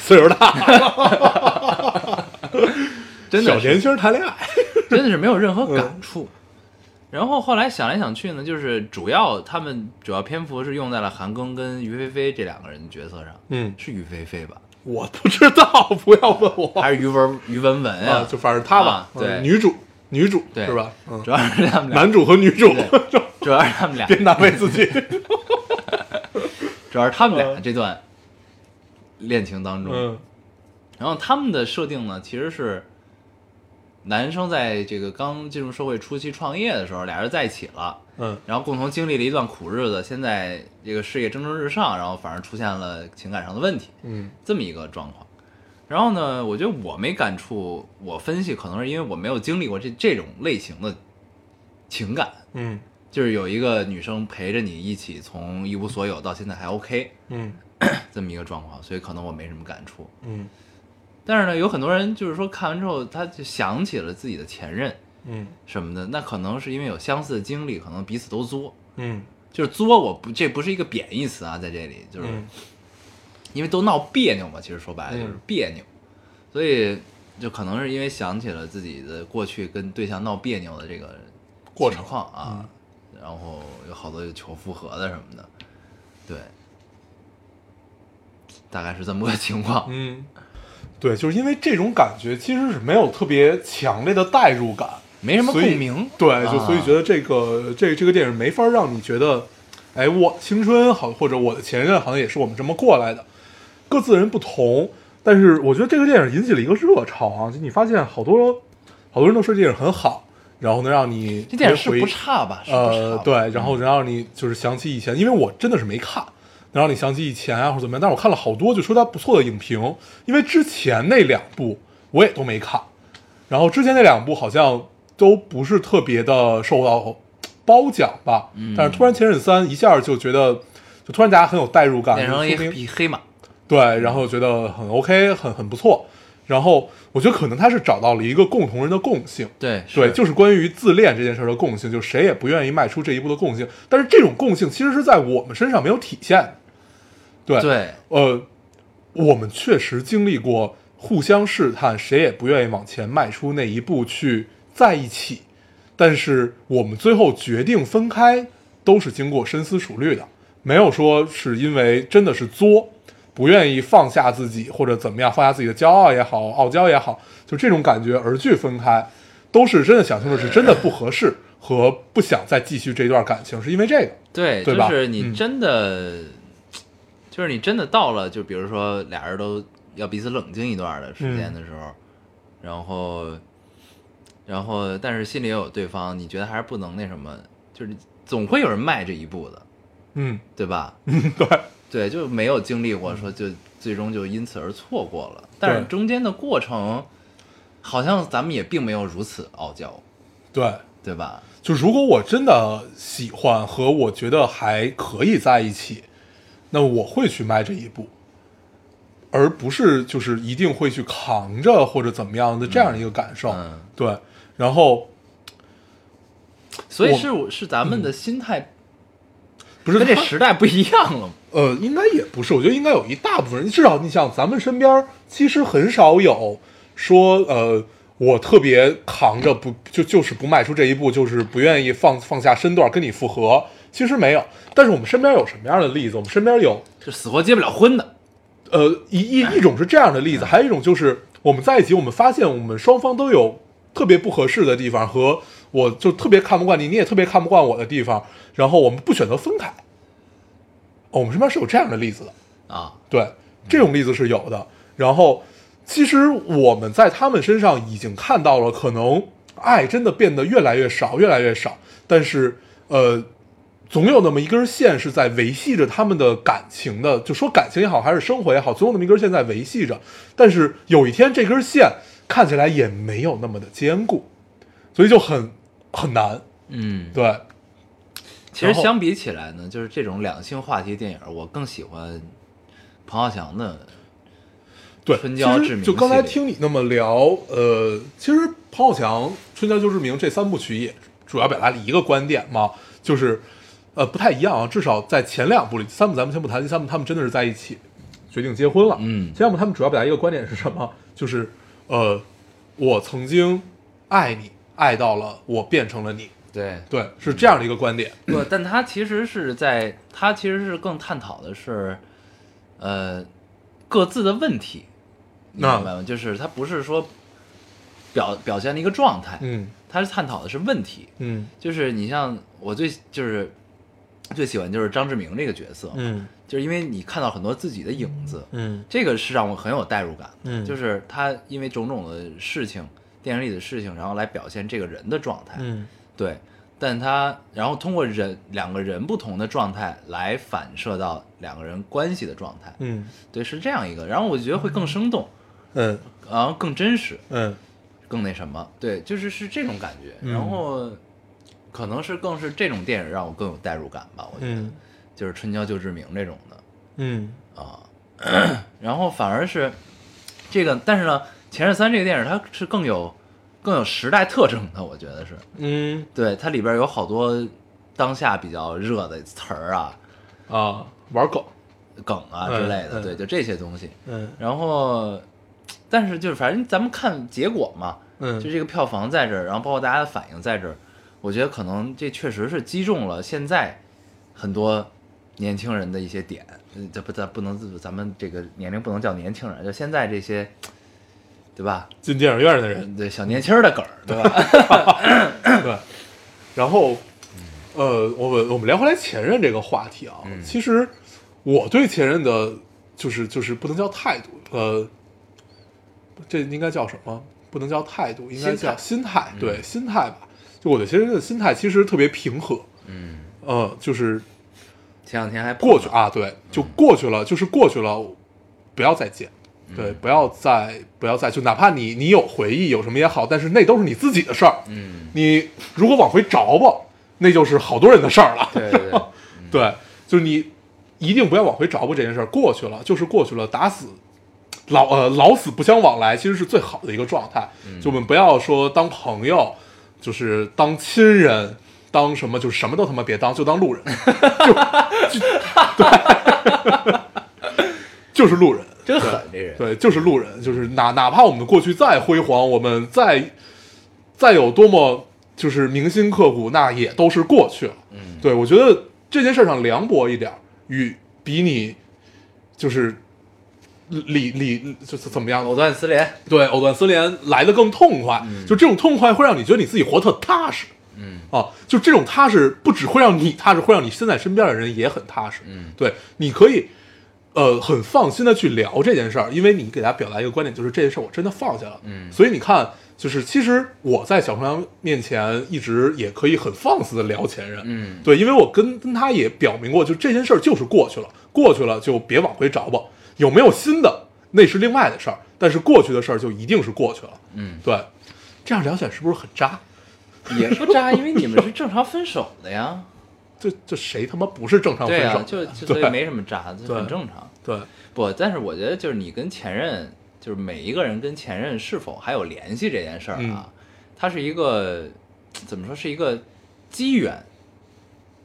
岁数大，
真
小
的是
年轻谈恋爱。
真的是没有任
嗯
何感触。然后后来想来想去呢，就是主要他们主要篇幅是用在了韩庚跟于菲菲这两个人的角色上，
嗯，
是于菲菲吧？
我不知道，不要问我
还是于文于文文
啊，就反正他吧
啊，对
嗯女主女主
对
是吧？嗯，
主要是他们俩，
男主和女主，
主要是他们俩，
别难为自 己。
主要是他们俩
嗯
这段恋情当中，
嗯
然后他们的设定呢，其实是男生在这个刚进入社会初期创业的时候，俩人在一起了，
嗯
然后共同经历了一段苦日子，现在这个事业蒸蒸日上，然后反而出现了情感上的问题，
嗯
这么一个状况。然后呢，我觉得我没感触，我分析可能是因为我没有经历过这这种类型的情感，
嗯
就是有一个女生陪着你一起从一无所有到现在还 OK
嗯
这么一个状况，所以可能我没什么感触。
嗯
但是呢，有很多人就是说看完之后，他就想起了自己的前任
嗯
什么的，那可能是因为有相似的经历，可能彼此都作，
嗯
就是作，我不这不是一个贬义词啊，在这里就是
嗯
因为都闹别扭嘛，其实说白了就是
嗯
别扭，所以就可能是因为想起了自己的过去跟对象闹别扭的这个
过
情
程嗯
况啊，然后有好多求复合的什么的，对，大概是这么个情况，
嗯，对，就是因为这种感觉其实是没有特别强烈的代入感，
没什么
所以
共鸣
对，就所以
啊
觉得这个、这这个电影没法让你觉得，哎，我青春好，或者我的前任好像也是我们这么过来的，各自人不同。但是我觉得这个电影引起了一个热潮啊，就你发现好多好多人都说这电影很好，然后呢让你
这电影是
回
不差吧？是不嗯差
呃
吧，
对，然后能让你就是想起以前，因为我真的是没看，能让你想起以前啊或者怎么样，但是我看了好多就说它不错的影评，因为之前那两部我也都没看，然后之前那两部好像都不是特别的受到褒奖吧，
嗯
但是突然《前任三》一下就觉得，就突然大家很有代入感，
变成了一
啊就说明
匹黑马。
对，然后觉得很 OK，很很不错，然后我觉得可能他是找到了一个共同人的共性，
对
对，就是关于自恋这件事儿的共性，就谁也不愿意迈出这一步的共性。但是这种共性其实是在我们身上没有体现的。对，
对
呃，我们确实经历过互相试探，谁也不愿意往前迈出那一步去在一起。但是我们最后决定分开，都是经过深思熟虑的，没有说是因为真的是作，不愿意放下自己或者怎么样，放下自己的骄傲也好，傲娇也好，就这种感觉而去分开，都是真的想清楚是真的不合适和不想再继续这段感情，是因为这个。
对，
对
就
吧
是你
嗯
真的，就是你真的到了，就比如说俩人都要彼此冷静一段的时
嗯
间的时候，然后，然后但是心里也有对方，你觉得还是不能那什么，就是总会有人迈这一步的，
嗯，
对吧？
对，
对，就没有经历过说就最终就因此而错过了，但是
对
中间的过程，好像咱们也并没有如此傲娇，
对，
对吧？
就如果我真的喜欢和我觉得还可以在一起，那我会去迈这一步，而不是就是一定会去扛着或者怎么样的这样的一个感受。
嗯
对，然后
所以
我嗯
是我是咱们的心态
不是
跟这
他
时代不一样了。
呃，应该也不是，我觉得应该有一大部分人，至少你想，咱们身边儿其实很少有说，呃，我特别扛着不就就是不迈出这一步，就是不愿意放放下身段跟你复合，其实没有。但是我们身边有什么样的例子？我们身边有，
就死活结不了婚的。
呃，一一一种是这样的例子，还有一种就是我们在一起，我们发现我们双方都有特别不合适的地方，和我就特别看不惯你，你也特别看不惯我的地方，然后我们不选择分开。哦我们身边是有这样的例子的。
啊，
对，这种例子是有的。然后，其实我们在他们身上已经看到了，可能爱真的变得越来越少，越来越少。但是，呃，总有那么一根线是在维系着他们的感情的，就说感情也好，还是生活也好，总有那么一根线在维系着。但是有一天，这根线看起来也没有那么的坚固，所以就很很难。
嗯，
对，
其实相比起来呢，就是这种两性话题电影，我更喜欢彭浩翔的。
对，
春
其
娇
实
志明
就刚
系
才
列
听你那么聊，呃，其实彭浩翔《春娇救志明》这三部曲也主要表达了一个观点嘛，就是呃不太一样啊，至少在前两部里，三部咱们先不谈，第三部他们真的是在一起决定结婚了。
嗯
前两部他们主要表达一个观点是什么？就是呃，我曾经爱你，爱到了我变成了你，
对，
对，是这样的一个观点。
不，但他其实是在，他其实是更探讨的是，呃，各自的问题，你明
那
白吗？就是他不是说表表现了一个状态，
嗯
他是探讨的是问题。
嗯
就是你像我最就是最喜欢就是张志明这个角色，
嗯
就是因为你看到很多自己的影子，
嗯
这个是让我很有代入感的，
嗯
就是他因为种种的事情，电影里的事情，然后来表现这个人的状态，
嗯
对，但他然后通过人两个人不同的状态来反射到两个人关系的状态，
嗯
对，是这样一个，然后我觉得会更生动，
嗯
然后更真实，
嗯
更那什么，对，就是是这种感觉，
嗯
然后可能是更是这种电影让我更有代入感吧，我觉得、
嗯
就是《春娇救志明》这种的，
嗯
啊， 然后反而是这个，但是呢，《前任三》这个电影它是更有更有时代特征的，我觉得是
嗯
对它里边有好多当下比较热的词儿啊、
啊，玩狗。
梗啊
嗯
之类的，
嗯
对，就这些东西。
嗯
然后，但是就是反正咱们看结果嘛，
嗯
就这个票房在这儿，然后包括大家的反应在这儿，我觉得可能这确实是击中了现在很多年轻人的一些点。嗯，这不咱不能咱们这个年龄不能叫年轻人，就现在这些，对吧？嗯
进电影院的人，
对小年轻儿的梗儿，对吧？
对。然后，呃，我们我们聊回来前任这个话题啊，其实我对前任的，就是就是不能叫态度，呃，这应该叫什么？不能叫态度，应该叫心态，嗯对心态吧。就我对前任的心态其实特别平和，
嗯，
呃，就是
前两天还碰
过去
到，
啊，对，就过去了，就是过去了，不要再见，对，不要再不要再，就哪怕你你有回忆有什么也好，但是那都是你自己的事儿，
嗯，
你如果往回找吧，那就是好多人的事儿了。
对对对，
对，就是你一定不要往回找吧，这件事儿过去了就是过去了，打死老呃老死不相往来，其实是最好的一个状态。就我们不要说当朋友，就是当亲人，当什么就是什么都他妈别当，就当路人， 就就 对， 就是路人。
真狠这人，
对，就是路人，就是哪哪怕我们过去再辉煌，我们再再有多么就是铭心刻骨，那也都是过去了。嗯，对我觉得这件事上凉薄一点儿，与比你就是理理就是怎么样
藕断嗯丝连，
对藕断丝连来的更痛快，就这种痛快会让你觉得你自己活得特踏实，
嗯，
哦，就这种踏实不只会让你踏实，会让你身在身边的人也很踏实，
嗯，
对，你可以呃很放心的去聊这件事儿，因为你给大家表达一个观点，就是这件事儿我真的放下了，
嗯
所以你看。就是，其实我在小重阳面前一直也可以很放肆的聊前任，
嗯
对，因为我跟跟他也表明过，就这件事儿就是过去了，过去了就别往回找吧。有没有新的，那是另外的事儿，但是过去的事儿就一定是过去了。
嗯，
对，这样聊起来是不是很渣？
也不渣，因为你们是正常分手的呀，
这这谁他妈不是正常啊分
对呀、
手的？
就就所
对
以没什么渣，就
对
很正常。
对，
不，但是我觉得就是你跟前任，就是每一个人跟前任是否还有联系这件事儿
嗯
啊，它是一个怎么说是一个机缘，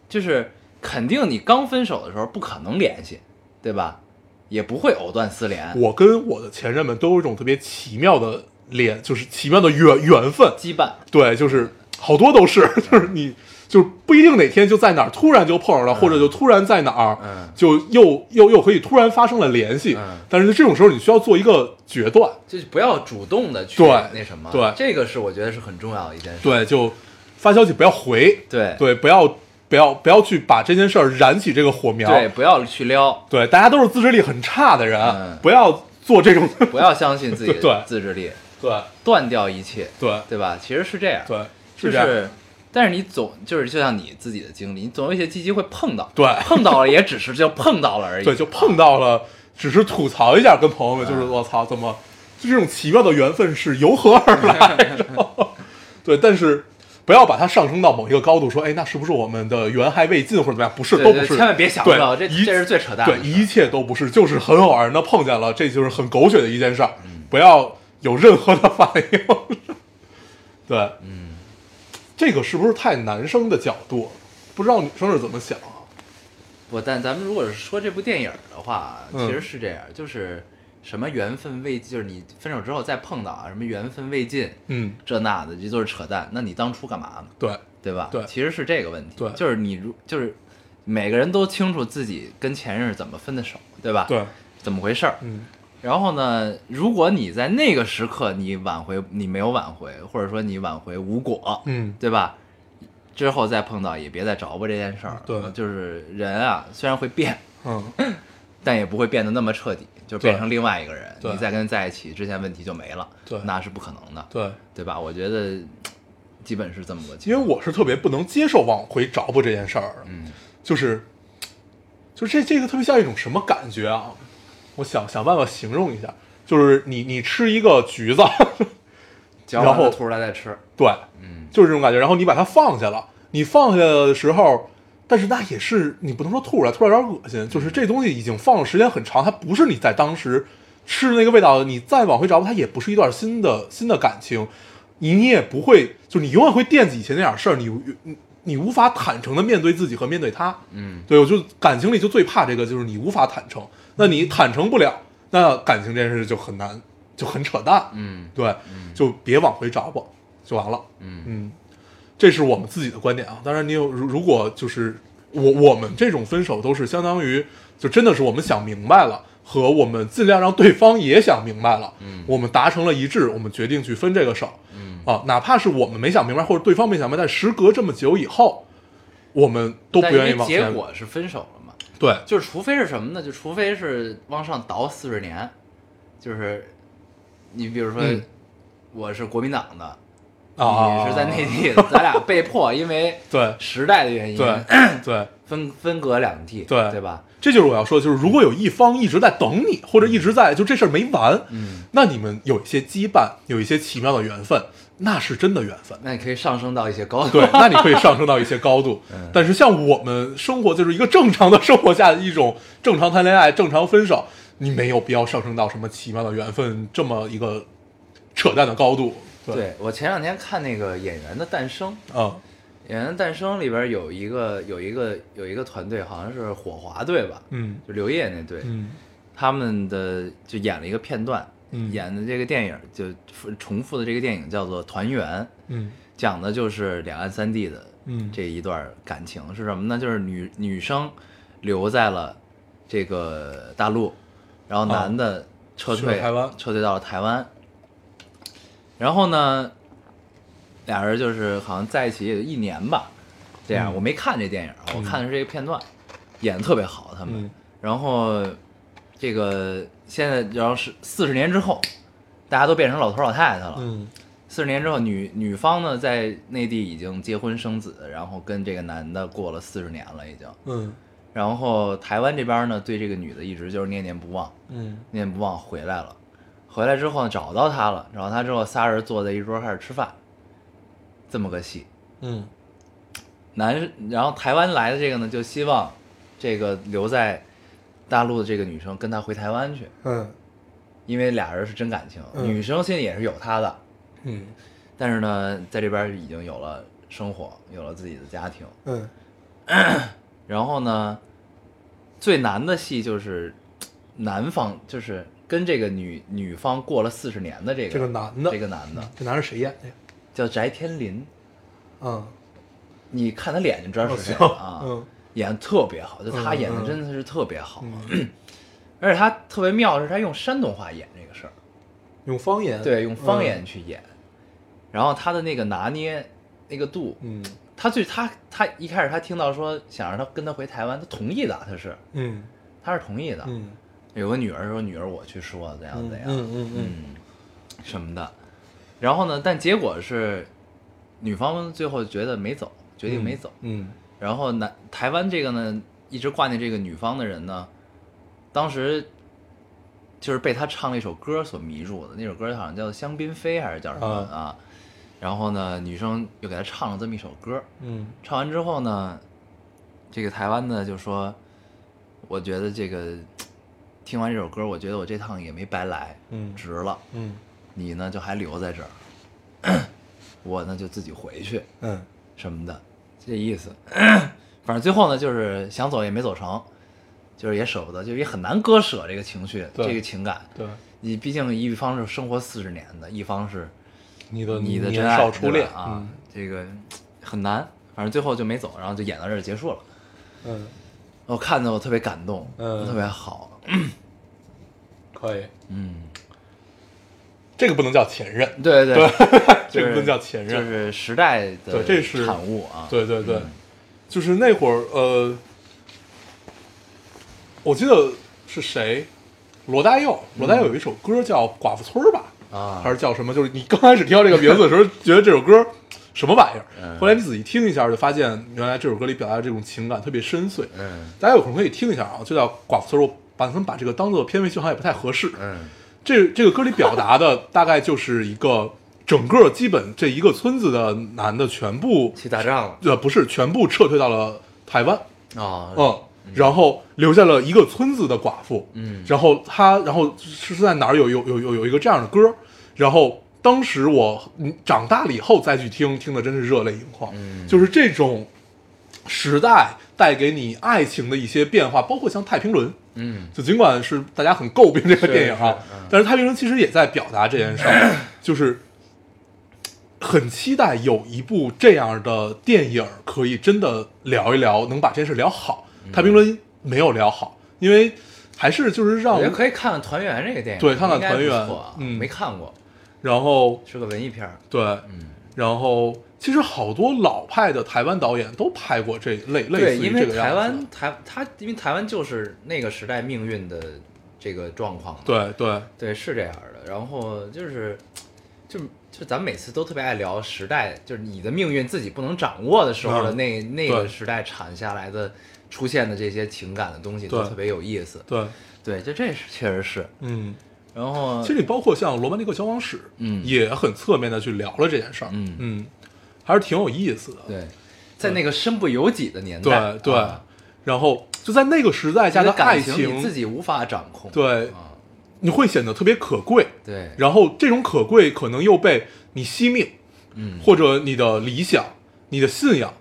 就是肯定你刚分手的时候不可能联系，对吧？也不会藕断丝连，
我跟我的前任们都有一种特别奇妙的脸，就是奇妙的缘缘分。
羁绊。
对，就是好多都是， 就是你就是不一定哪天就在哪儿突然就碰上了，或者就突然在哪儿，
嗯
就又又又可以突然发生了联系。
嗯
但是这种时候你需要做一个决断，
就是不要主动的去
对
那什么，
对
这个是我觉得是很重要的一件事。
对，就发消息不要回，
对
对，不要不要不要去把这件事儿燃起这个火苗。
对，不要去撩，
对大家都是自制力很差的人，啊
嗯
不要做这种。
不要相信自己
对
的自制力，
对
断掉一切，
对
对吧？其实是这样，
对，
就是
这样。
是，但是你总就是就像你自己的经历，你总有一些积极会碰到，
对
碰到了也只是就碰到了而已，啊
对，就碰到了，只是吐槽一下，跟朋友们
嗯
就是我操，怎么就这种奇妙的缘分是由何而来
嗯
的？ 对，但是不要把它上升到某一个高度，说哎，那是不是我们的缘还未尽或者怎么样？不是，
对
都
对
不是，
千万别想
对
到这
一
这是最扯淡的
对，
事
一切都不是，就是很偶然的碰见了，这就是很狗血的一件事儿，
嗯
不要有任何的反应。 对，嗯，这个是不是太男生的角度？不知道女生是怎么想啊？
不，但咱们如果是说这部电影的话，
嗯
其实是这样，就是什么缘分未，就是你分手之后再碰到啊，什么缘分未尽，
嗯，
这那的，这都是扯淡。那你当初干嘛呢？
对，
对吧？
对
其实是这个问题。
对
就是你如就是每个人都清楚自己跟前任是怎么分的手，对吧？，
对，
怎么回事儿？
嗯，
然后呢，如果你在那个时刻你挽回，你没有挽回，或者说你挽回无果，
嗯。
对吧？之后再碰到也别再找吧这件事儿。
对
就是人啊，虽然会变，
嗯，
但也不会变得那么彻底，就变成另外一个人。
对
你再跟在一起，之前问题就没了。
对
那是不可能的，
对，
对吧？我觉得基本是这么个情
因为
况。
我是特别不能接受往回找补这件事儿的，
嗯，
就是，就这这个特别像一种什么感觉啊？我想想办法形容一下，就是你你吃一个橘子，
嚼完
然后
了吐出来再吃。
对，
嗯，
就是这种感觉，然后你把它放下了，你放下的时候。但是那也是你不能说吐出来，突然有点恶心。就是这东西已经放了时间很长，它不是你在当时吃的那个味道，你再往回找，它也不是一段新的新的感情，你你也不会，就是你永远会惦记以前那点事儿，你你你无法坦诚的面对自己和面对他。
嗯，
对，我就感情里就最怕这个，就是你无法坦诚。那你坦诚不了，那感情这件事就很难，就很扯淡。
嗯
对，就别往回找吧，就完了。
嗯
嗯，这是我们自己的观点啊。当然，你有如如果就是我我们这种分手都是相当于就真的是我们想明白了。和我们尽量让对方也想明白了，
嗯
我们达成了一致，我们决定去分这个手，
嗯
啊，哪怕是我们没想明白，或者对方没想明白，但时隔这么久以后，我们都不
但因
愿意
为
往前。
结果是分手了嘛？
对，
就是除非是什么呢？就除非是往上倒四十年，就是你比如说
嗯
我是国民党的，
啊，
你是在内地的，咱俩被迫因为
对
时代的原因
对对，
分分隔两地，
对
对吧？
这就是我要说的，就是如果有一方一直在等你，或者一直在就这事儿没完，嗯，那你们有一些羁绊，有一些奇妙的缘分，那是真的缘分。
那你可以上升到一些高度，
对，那你可以上升到一些高 度，但是像我们生活就是一个正常的生活下的一种正常谈恋爱、正常分手，你没有必要上升到什么奇妙的缘分这么一个扯淡的高度。对，
对我前两天看那个《演员的诞生》，
嗯
《演员的诞生》里边有一个有一个有一个团队，好像是火滑队吧，
嗯
就刘烨那队，
嗯
他们的就演了一个片段，
嗯
演的这个电影就重复的这个电影叫做《团圆》，
嗯
讲的就是两岸三地的
嗯
这一段感情是什么呢？就是女女生留在了这个大陆，然后男的撤
去
退、
了台湾
撤退到了台湾。然后呢，俩人就是好像在一起也就一年吧，这
嗯
样、我没看这电影，我看的是这个片段，演的特别好，他们。
嗯
然后这个现在然后是四十年之后，大家都变成老头老太太了。
嗯
四十年之后，女女方呢在内地已经结婚生子，然后跟这个男的过了四十年了已经。
嗯
然后台湾这边呢对这个女的一直就是念念不忘，
嗯
念念不忘回来了。回来之后呢找到她了，找到她之后仨人坐在一桌开始吃饭，这么个戏。
嗯
男，然后台湾来的这个呢就希望这个留在大陆的这个女生跟他回台湾去，
嗯
因为俩人是真感情。
嗯
女生心里也是有他的，
嗯
但是呢，在这边已经有了生活，有了自己的家庭。
嗯
然后呢，最难的戏就是男方，就是跟这个女女方过了四十年的这个
这个男的
这个男的
这男人谁演的呀？
叫翟天临，
嗯
你看他脸就知道是谁了啊，
嗯
演的特别好，就他
嗯
演的
嗯
真的是特别好，
嗯，
而且他特别妙的是他用山东话演这个事儿，
用方言
对，用方言去演，然后他的那个拿捏那个度，
嗯
他最他他一开始他听到说想让他跟他回台湾，他同意的，他是
嗯
他是同意的，
嗯
有个女儿说女儿我去说怎样
嗯
怎样，
嗯嗯
嗯什么的，然后呢，但结果是女方最后觉得没走，决定没走，
嗯
然后南台湾这个呢，一直挂念这个女方的人呢，当时就是被他唱了一首歌所迷住的，那首歌好像叫《香槟飞》还是叫什么
啊
啊？然后呢，女生又给他唱了这么一首歌，
嗯
唱完之后呢，这个台湾的就说，我觉得这个听完这首歌，我觉得我这趟也没白来，
嗯
值了。
嗯
你呢就还留在这儿， 我呢就自己回去。
嗯
什么的，这意思。 反正最后呢，就是想走也没走成，就是也舍不得，就也很难割舍这个情绪，
对
这个情感。
对，
你毕竟一方是生活四十年的，一方是
你的
你的
年
真爱
少初
对
恋嗯
吧啊，这个很难。反正最后就没走，然后就演到这儿结束了。
嗯
我看的我特别感动，
嗯
特别好。
可以，
嗯，
这个不能叫前任，
对对对， 就
这个不
是
能叫前任，
就是时代的
对这是
产物啊。
对对对，
嗯
就是那会儿，呃，我记得是谁，罗大佑，罗大佑有一首歌叫《寡妇村》儿》吧，
啊
还是叫什么？就是你刚开始听到这个名字的时候，觉得这首歌 什么玩意
嗯
儿，后来你仔细听一下，就发现原来这首歌里表达的这种情感特别深邃。
嗯
大家有空可以听一下啊，就叫《寡妇村》，我把他们把这个当做片尾曲好像也不太合适。
嗯
这这个歌里表达的 大概就是一个整个基本这一个村子的男的全部
去打仗了
呃，不是全部撤退到了台湾，
啊。
嗯，然后留下了一个村子的寡妇，
嗯
然后他，然后是是在哪儿有有有有有一个这样的歌，然后当时我嗯长大了以后再去听，听的真是热泪盈眶，
嗯
就是这种时代带给你爱情的一些变化，包括像《太平轮》，
嗯
就尽管是大家很诟病这个电影啊，
是是嗯
但是《太平轮》其实也在表达这件事儿，就是很期待有一部这样的电影可以真的聊一聊，能把这件事聊好。
嗯
太平轮》没有聊好，因为还是就是让
我觉得可以看看《团圆》这个电影，
对看看
应该不
团圆
错啊
嗯
没看过，
然后
是个文艺片儿。
对，
嗯，
然后其实好多老派的台湾导演都拍过这类类
对，
似于
因
这
为
个
台
样子
湾台它，因为台湾就是那个时代命运的这个状况嘛，
的，对对，
对是这样的。然后就是，就就咱们每次都特别爱聊时代，就是你的命运自己不能掌握的时候的
嗯
那、那个
对
时代产下来的出现的这些情感的东西，都
对
特别有意思。
对，
对，就这是确实是。
嗯。
然后
其实你包括像《罗曼蒂克消亡史》，
嗯
也很侧面的去聊了这件事儿，
嗯
嗯，还是挺有意思的，
对，在那个身不由己的年代，
对对
啊
然后就在那个时代下
你的
爱
感
情，
你自己无法掌控。
对
啊，
你会显得特别可贵，
对，
然后这种可贵可能又被你惜命，
嗯，
或者你的理想、你的信仰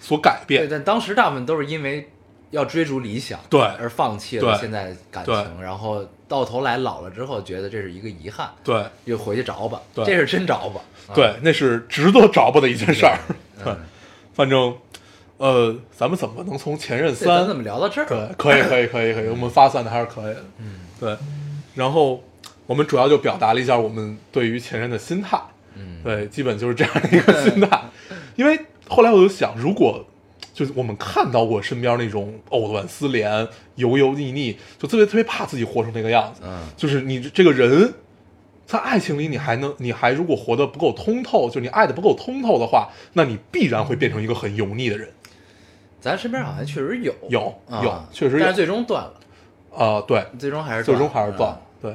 所改
对，
变，
但当时大部分都是因为要追逐理想，
对
而放弃了
对
现在的感
对
情，然后到头来老了之后，觉得这是一个遗憾，
对
又回去找吧，
对
这是真找吧，啊
对，那是值得着吧的一件事儿，
嗯
反正呃，咱们怎么能从前任
对咱
三
怎么聊到这儿了？
对，可以，可以，可以，可以，我们发散的还是可以的。嗯，对。然后我们主要就表达了一下我们对于前任的心态。嗯，对，基本就是这样的一个心态。因为后来我就想，如果就是我们看到过身边那种藕断丝连、油油腻腻，就特别特别怕自己活成那个样子。
嗯，
就是你这个人。在爱情里，你还能，你还如果活得不够通透，就你爱的不够通透的话，那你必然会变成一个很油腻的人。
咱身边好像确实有
有
啊
有确实有
但是最终断了，
啊、对，
最终还是啊
最终还是断，
了。
对，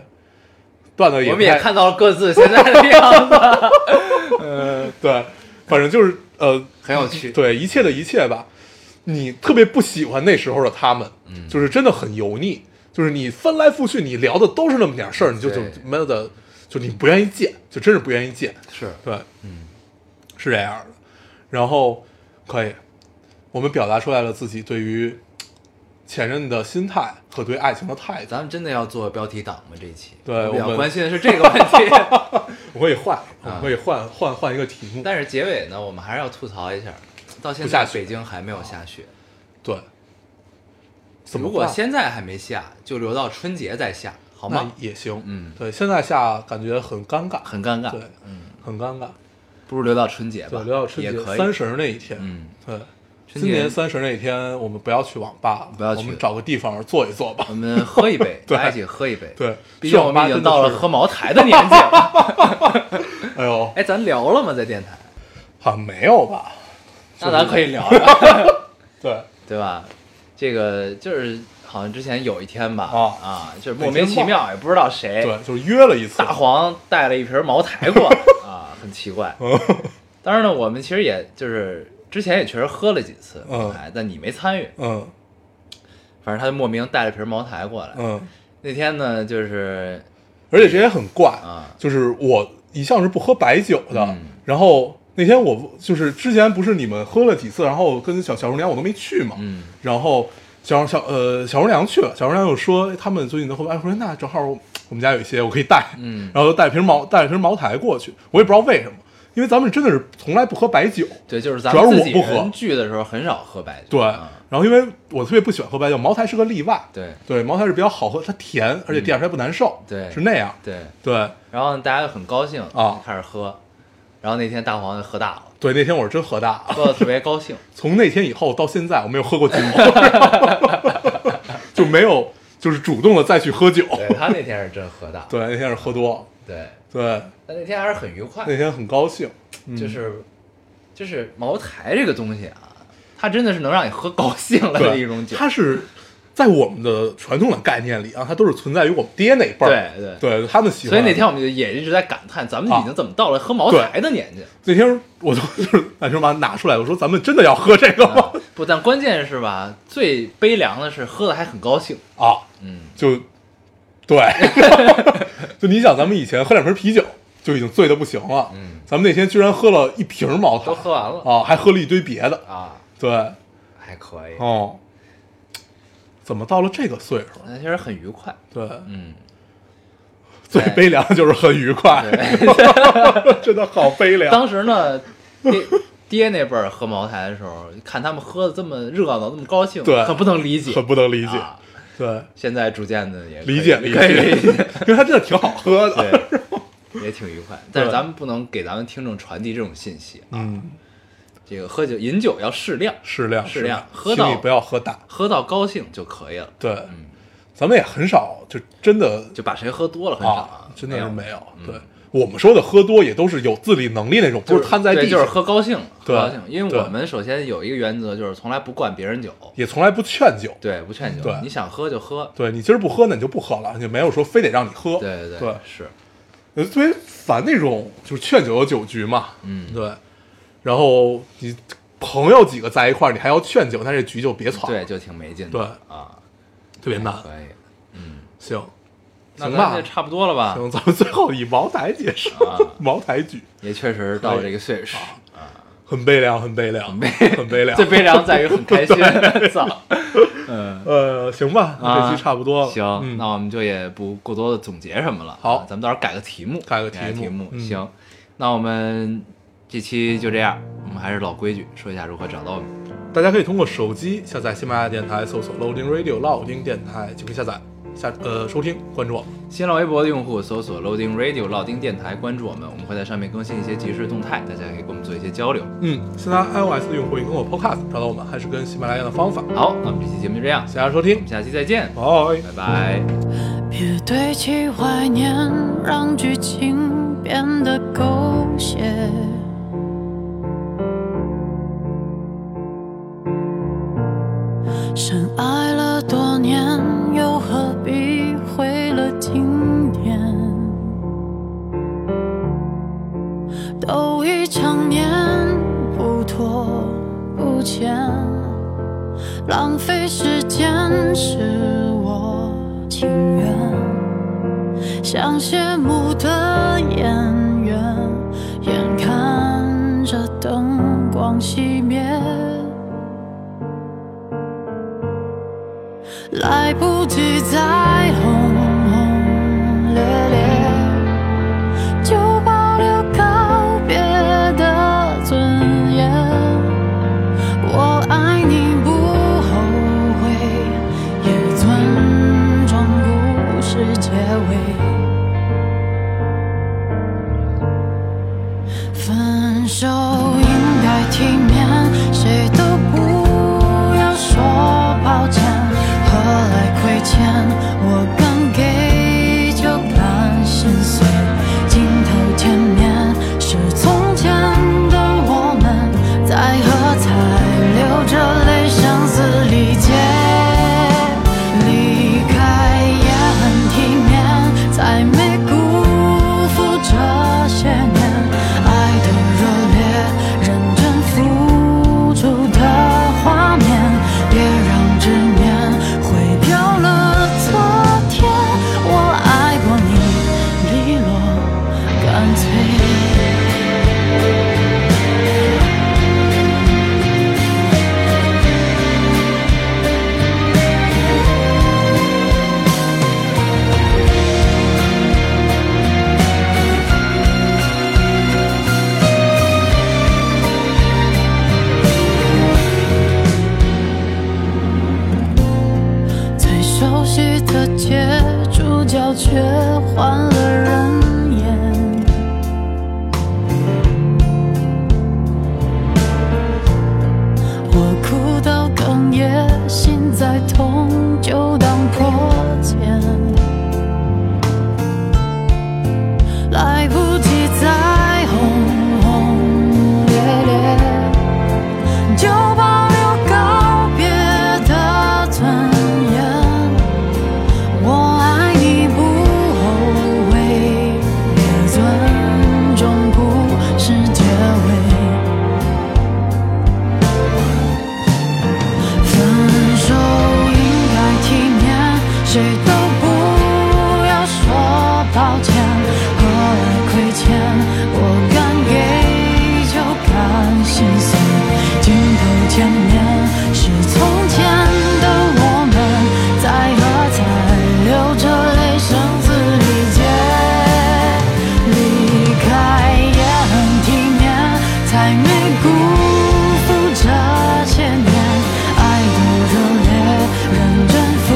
断的
嗯
也
我
不
们也
太
看到了各自现在的样子，
呃对，反正就是呃，
很有趣。
对一切的一切吧，你特别不喜欢那时候的他们，
嗯
就是真的很油腻，就是你翻来覆去你聊的都是那么点事儿，你就就
对
妈的就你不愿意见，就真是不愿意见，
是
对，嗯，是这样的。然后可以，我们表达出来了自己对于前任的心态和对爱情的态度，
咱们真的要做标题党吗？这一期
对
我比
我
较
们
关心的是这个问题，
我可以换，我
啊
可以换换换一个题目，
但是结尾呢，我们还是要吐槽一下，到现
不下
在
雪
北京还没有下雪。
对。怎么
如果
换
现在还没下，就留到春节再下，好
那
吗？
也行，
嗯
对，现在下感觉很尴尬，
很尴尬，
对，很尴尬，
不如留到春节吧，
对，留到春
也
节
可以。
三十儿那一天，
嗯，
对，
春
今
节
年三十儿那一天我们不要去网吧了，
不要
我们
去
找个地方坐一坐吧
我，们喝一杯，
对
大家一起喝一杯。
对
毕竟我们已经到了喝茅台的年纪了。
哎呦，
哎，咱聊了吗？在电 台？
好像没有吧？
那咱可以聊聊，
对，
对吧？这个就是好像之前有一天吧，
哦
啊，就是莫名其妙，也不知道谁，
对，就是约了一次，
哎大黄带了一瓶茅台 过来啊，很奇怪。
嗯
当然呢，我们其实也就是之前也确实喝了几次茅台，但你没参与。
嗯
反正他就莫名带了瓶茅台过来。
嗯，
那天呢，就是
而且这也很怪
啊，
就是我一向是不喝白酒的
嗯，
然后。那天我就是之前不是你们喝了几次，然后跟小小厨娘我都没去嘛，
嗯，
然后小小呃小厨娘去了，小厨娘又说哎他们最近都喝，哎我说那正好我我们家有一些我可以带，
嗯
然后就带瓶茅带了瓶茅台过去，我也不知道为什么，因为咱们真的是从来不喝白酒，
对，就是咱
主要
们
是
自
我
己
不喝
人聚的时候很少喝白酒。
对，
啊
然后因为我特别不喜欢喝白酒，茅台是个例外，
对
对，茅台是比较好喝，它甜，而且第二天不难受，
对
是那样，
对。
对
然后大家就很高兴
啊
开始喝。然后那天大黄就喝大了，
对，那天我是真喝大了，
喝的特别高兴。
从那天以后到现在我没有喝过酒， 就没有就是主动的再去喝酒，
对他那天是真喝大了，
对，那天是喝多了，
对，
对，
但那天还是很愉快。
那天很高兴，
就是就是茅台这个东西啊，它真的是能让你喝高兴了的
对，
一种酒。
它是在我们的传统的概念里啊，它都是存在于我们爹那一辈儿，
对
对，他们喜
所
欢。
以那天我们就也一直在感叹，咱们已经怎么到了喝茅台的年纪 了？
那天我就 就是把这把它拿出来，我说咱们真的要喝这个吗？
啊不，但关键是吧，最悲凉的是喝的还很高兴。
啊，
嗯，
就 对，就你想，咱们以前喝两瓶啤酒就已经醉的不行了，
嗯，
咱们那天居然喝了一瓶茅台，
都喝完了
啊，还喝了一堆别的，
啊，
对，
还可以，
哦，怎么到了这个岁数了？
那其实很愉快。
对，
嗯，
最悲凉的就是很愉快， 真的好悲 凉。
当时呢，爹爹那辈儿喝茅台的时候，看他们喝的这么热闹，这么高兴，
对
很不能理解，
很不能理解，
啊
对，
现在逐渐的也可以
理解理
可以理
解，因为它真的挺好喝的。
对，也挺愉快。但是咱们不能给咱们听众传递这种信息啊。
嗯，
这个喝酒饮酒要适量，
适量
适量喝
请
到
你不要喝大。
喝到高兴就可以了。
对，咱们也很少，就真的
就把谁喝多了很少
啊，真的是没有。对
嗯，
我们说的喝多也都是有自理能力那种，不
就是
瘫在地
对
上，
就是喝高兴了，喝
对
高兴。因为
对
我们首先有一个原则，就是从来不灌别人酒，
也从来不劝酒。
对，不劝酒
对，
你想喝就喝，
对你今儿不喝，那你就不喝了，就没有说非得让你喝。
对
对
对，是，
呃特别烦那种就是劝酒的酒局嘛，
嗯
对。然后你朋友几个在一块儿，你还要劝酒，那这局就别攒了，
对，就挺没劲的，
对
啊，
特别难。
可以。
行，
那
行
咱
吧
就，差不多了吧？
行，咱们最后以茅台结束
啊，
茅台局
也确实到了这个岁数，
很悲凉，很悲凉，很悲很悲凉
最。悲凉在于很开心， 操，嗯。
呃，行吧，
啊
这期差不多了。
行，
嗯
那我们就也不过多的总结什么了。
好
啊咱们到时候改个题目，
改
改
个题目
题
嗯
行，那我们这期就这样，我们还是老规矩，说一下如何找到我们。
大家可以通过手机下载喜马拉雅电台，搜索 Loading Radio 老丁电台就可以下载下呃收听关注我。
新浪微博的用户搜索 Loading Radio 老丁电台，关注我们，我们会在上面更新一些即时动态，大家可以跟我们做一些交流。
嗯，现在 iOS 的用户也跟我 Podcast 找到我们，还是跟喜马拉雅的方法。
好，那我们这期节目就这样，
谢谢大家收
我
听
们，下期再见，
拜。
拜拜。
别堆砌怀念，让剧情变得狗血。深爱了多年，又何必毁了今天？都已成年，不拖不欠。浪费时间是我情愿，像谢幕的演员，眼看着灯光熄灭，来不及再轰轰烈烈，就保留告别的尊严。我爱你不后悔，也尊重故事结尾。分手应该体面，谁都不要说抱歉，何来亏欠？我敢给就敢心碎，镜头前面是从前的我们，在喝彩，流着泪，声嘶力竭。离开也很体面，再没辜负这些年爱的热烈，认真付出的画面。别让执念毁掉了昨天，我爱过你，利落干脆。最熟悉的街，主角却换了人演。我哭到哽咽，心再痛就当破茧，来不及再轰轰烈烈。就保留告别的尊严。我爱你不后悔，也尊重故事结尾。分手应该体面，谁都不要说抱歉，何来亏欠？我敢给就敢心碎，镜头前面是从前的我们，在喝彩，流着泪，声嘶力竭。离开也很体面，才没辜负这些年爱的热烈，认真付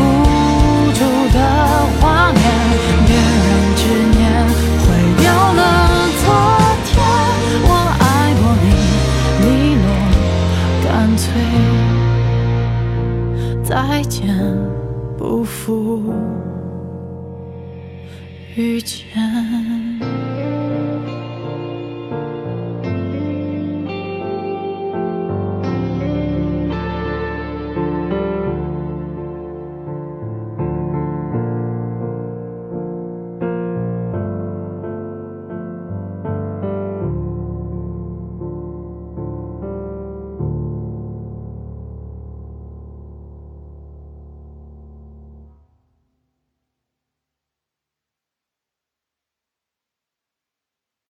出的画面。别让执念毁掉了昨天，我爱过你，利落干脆。再见，不负遇见。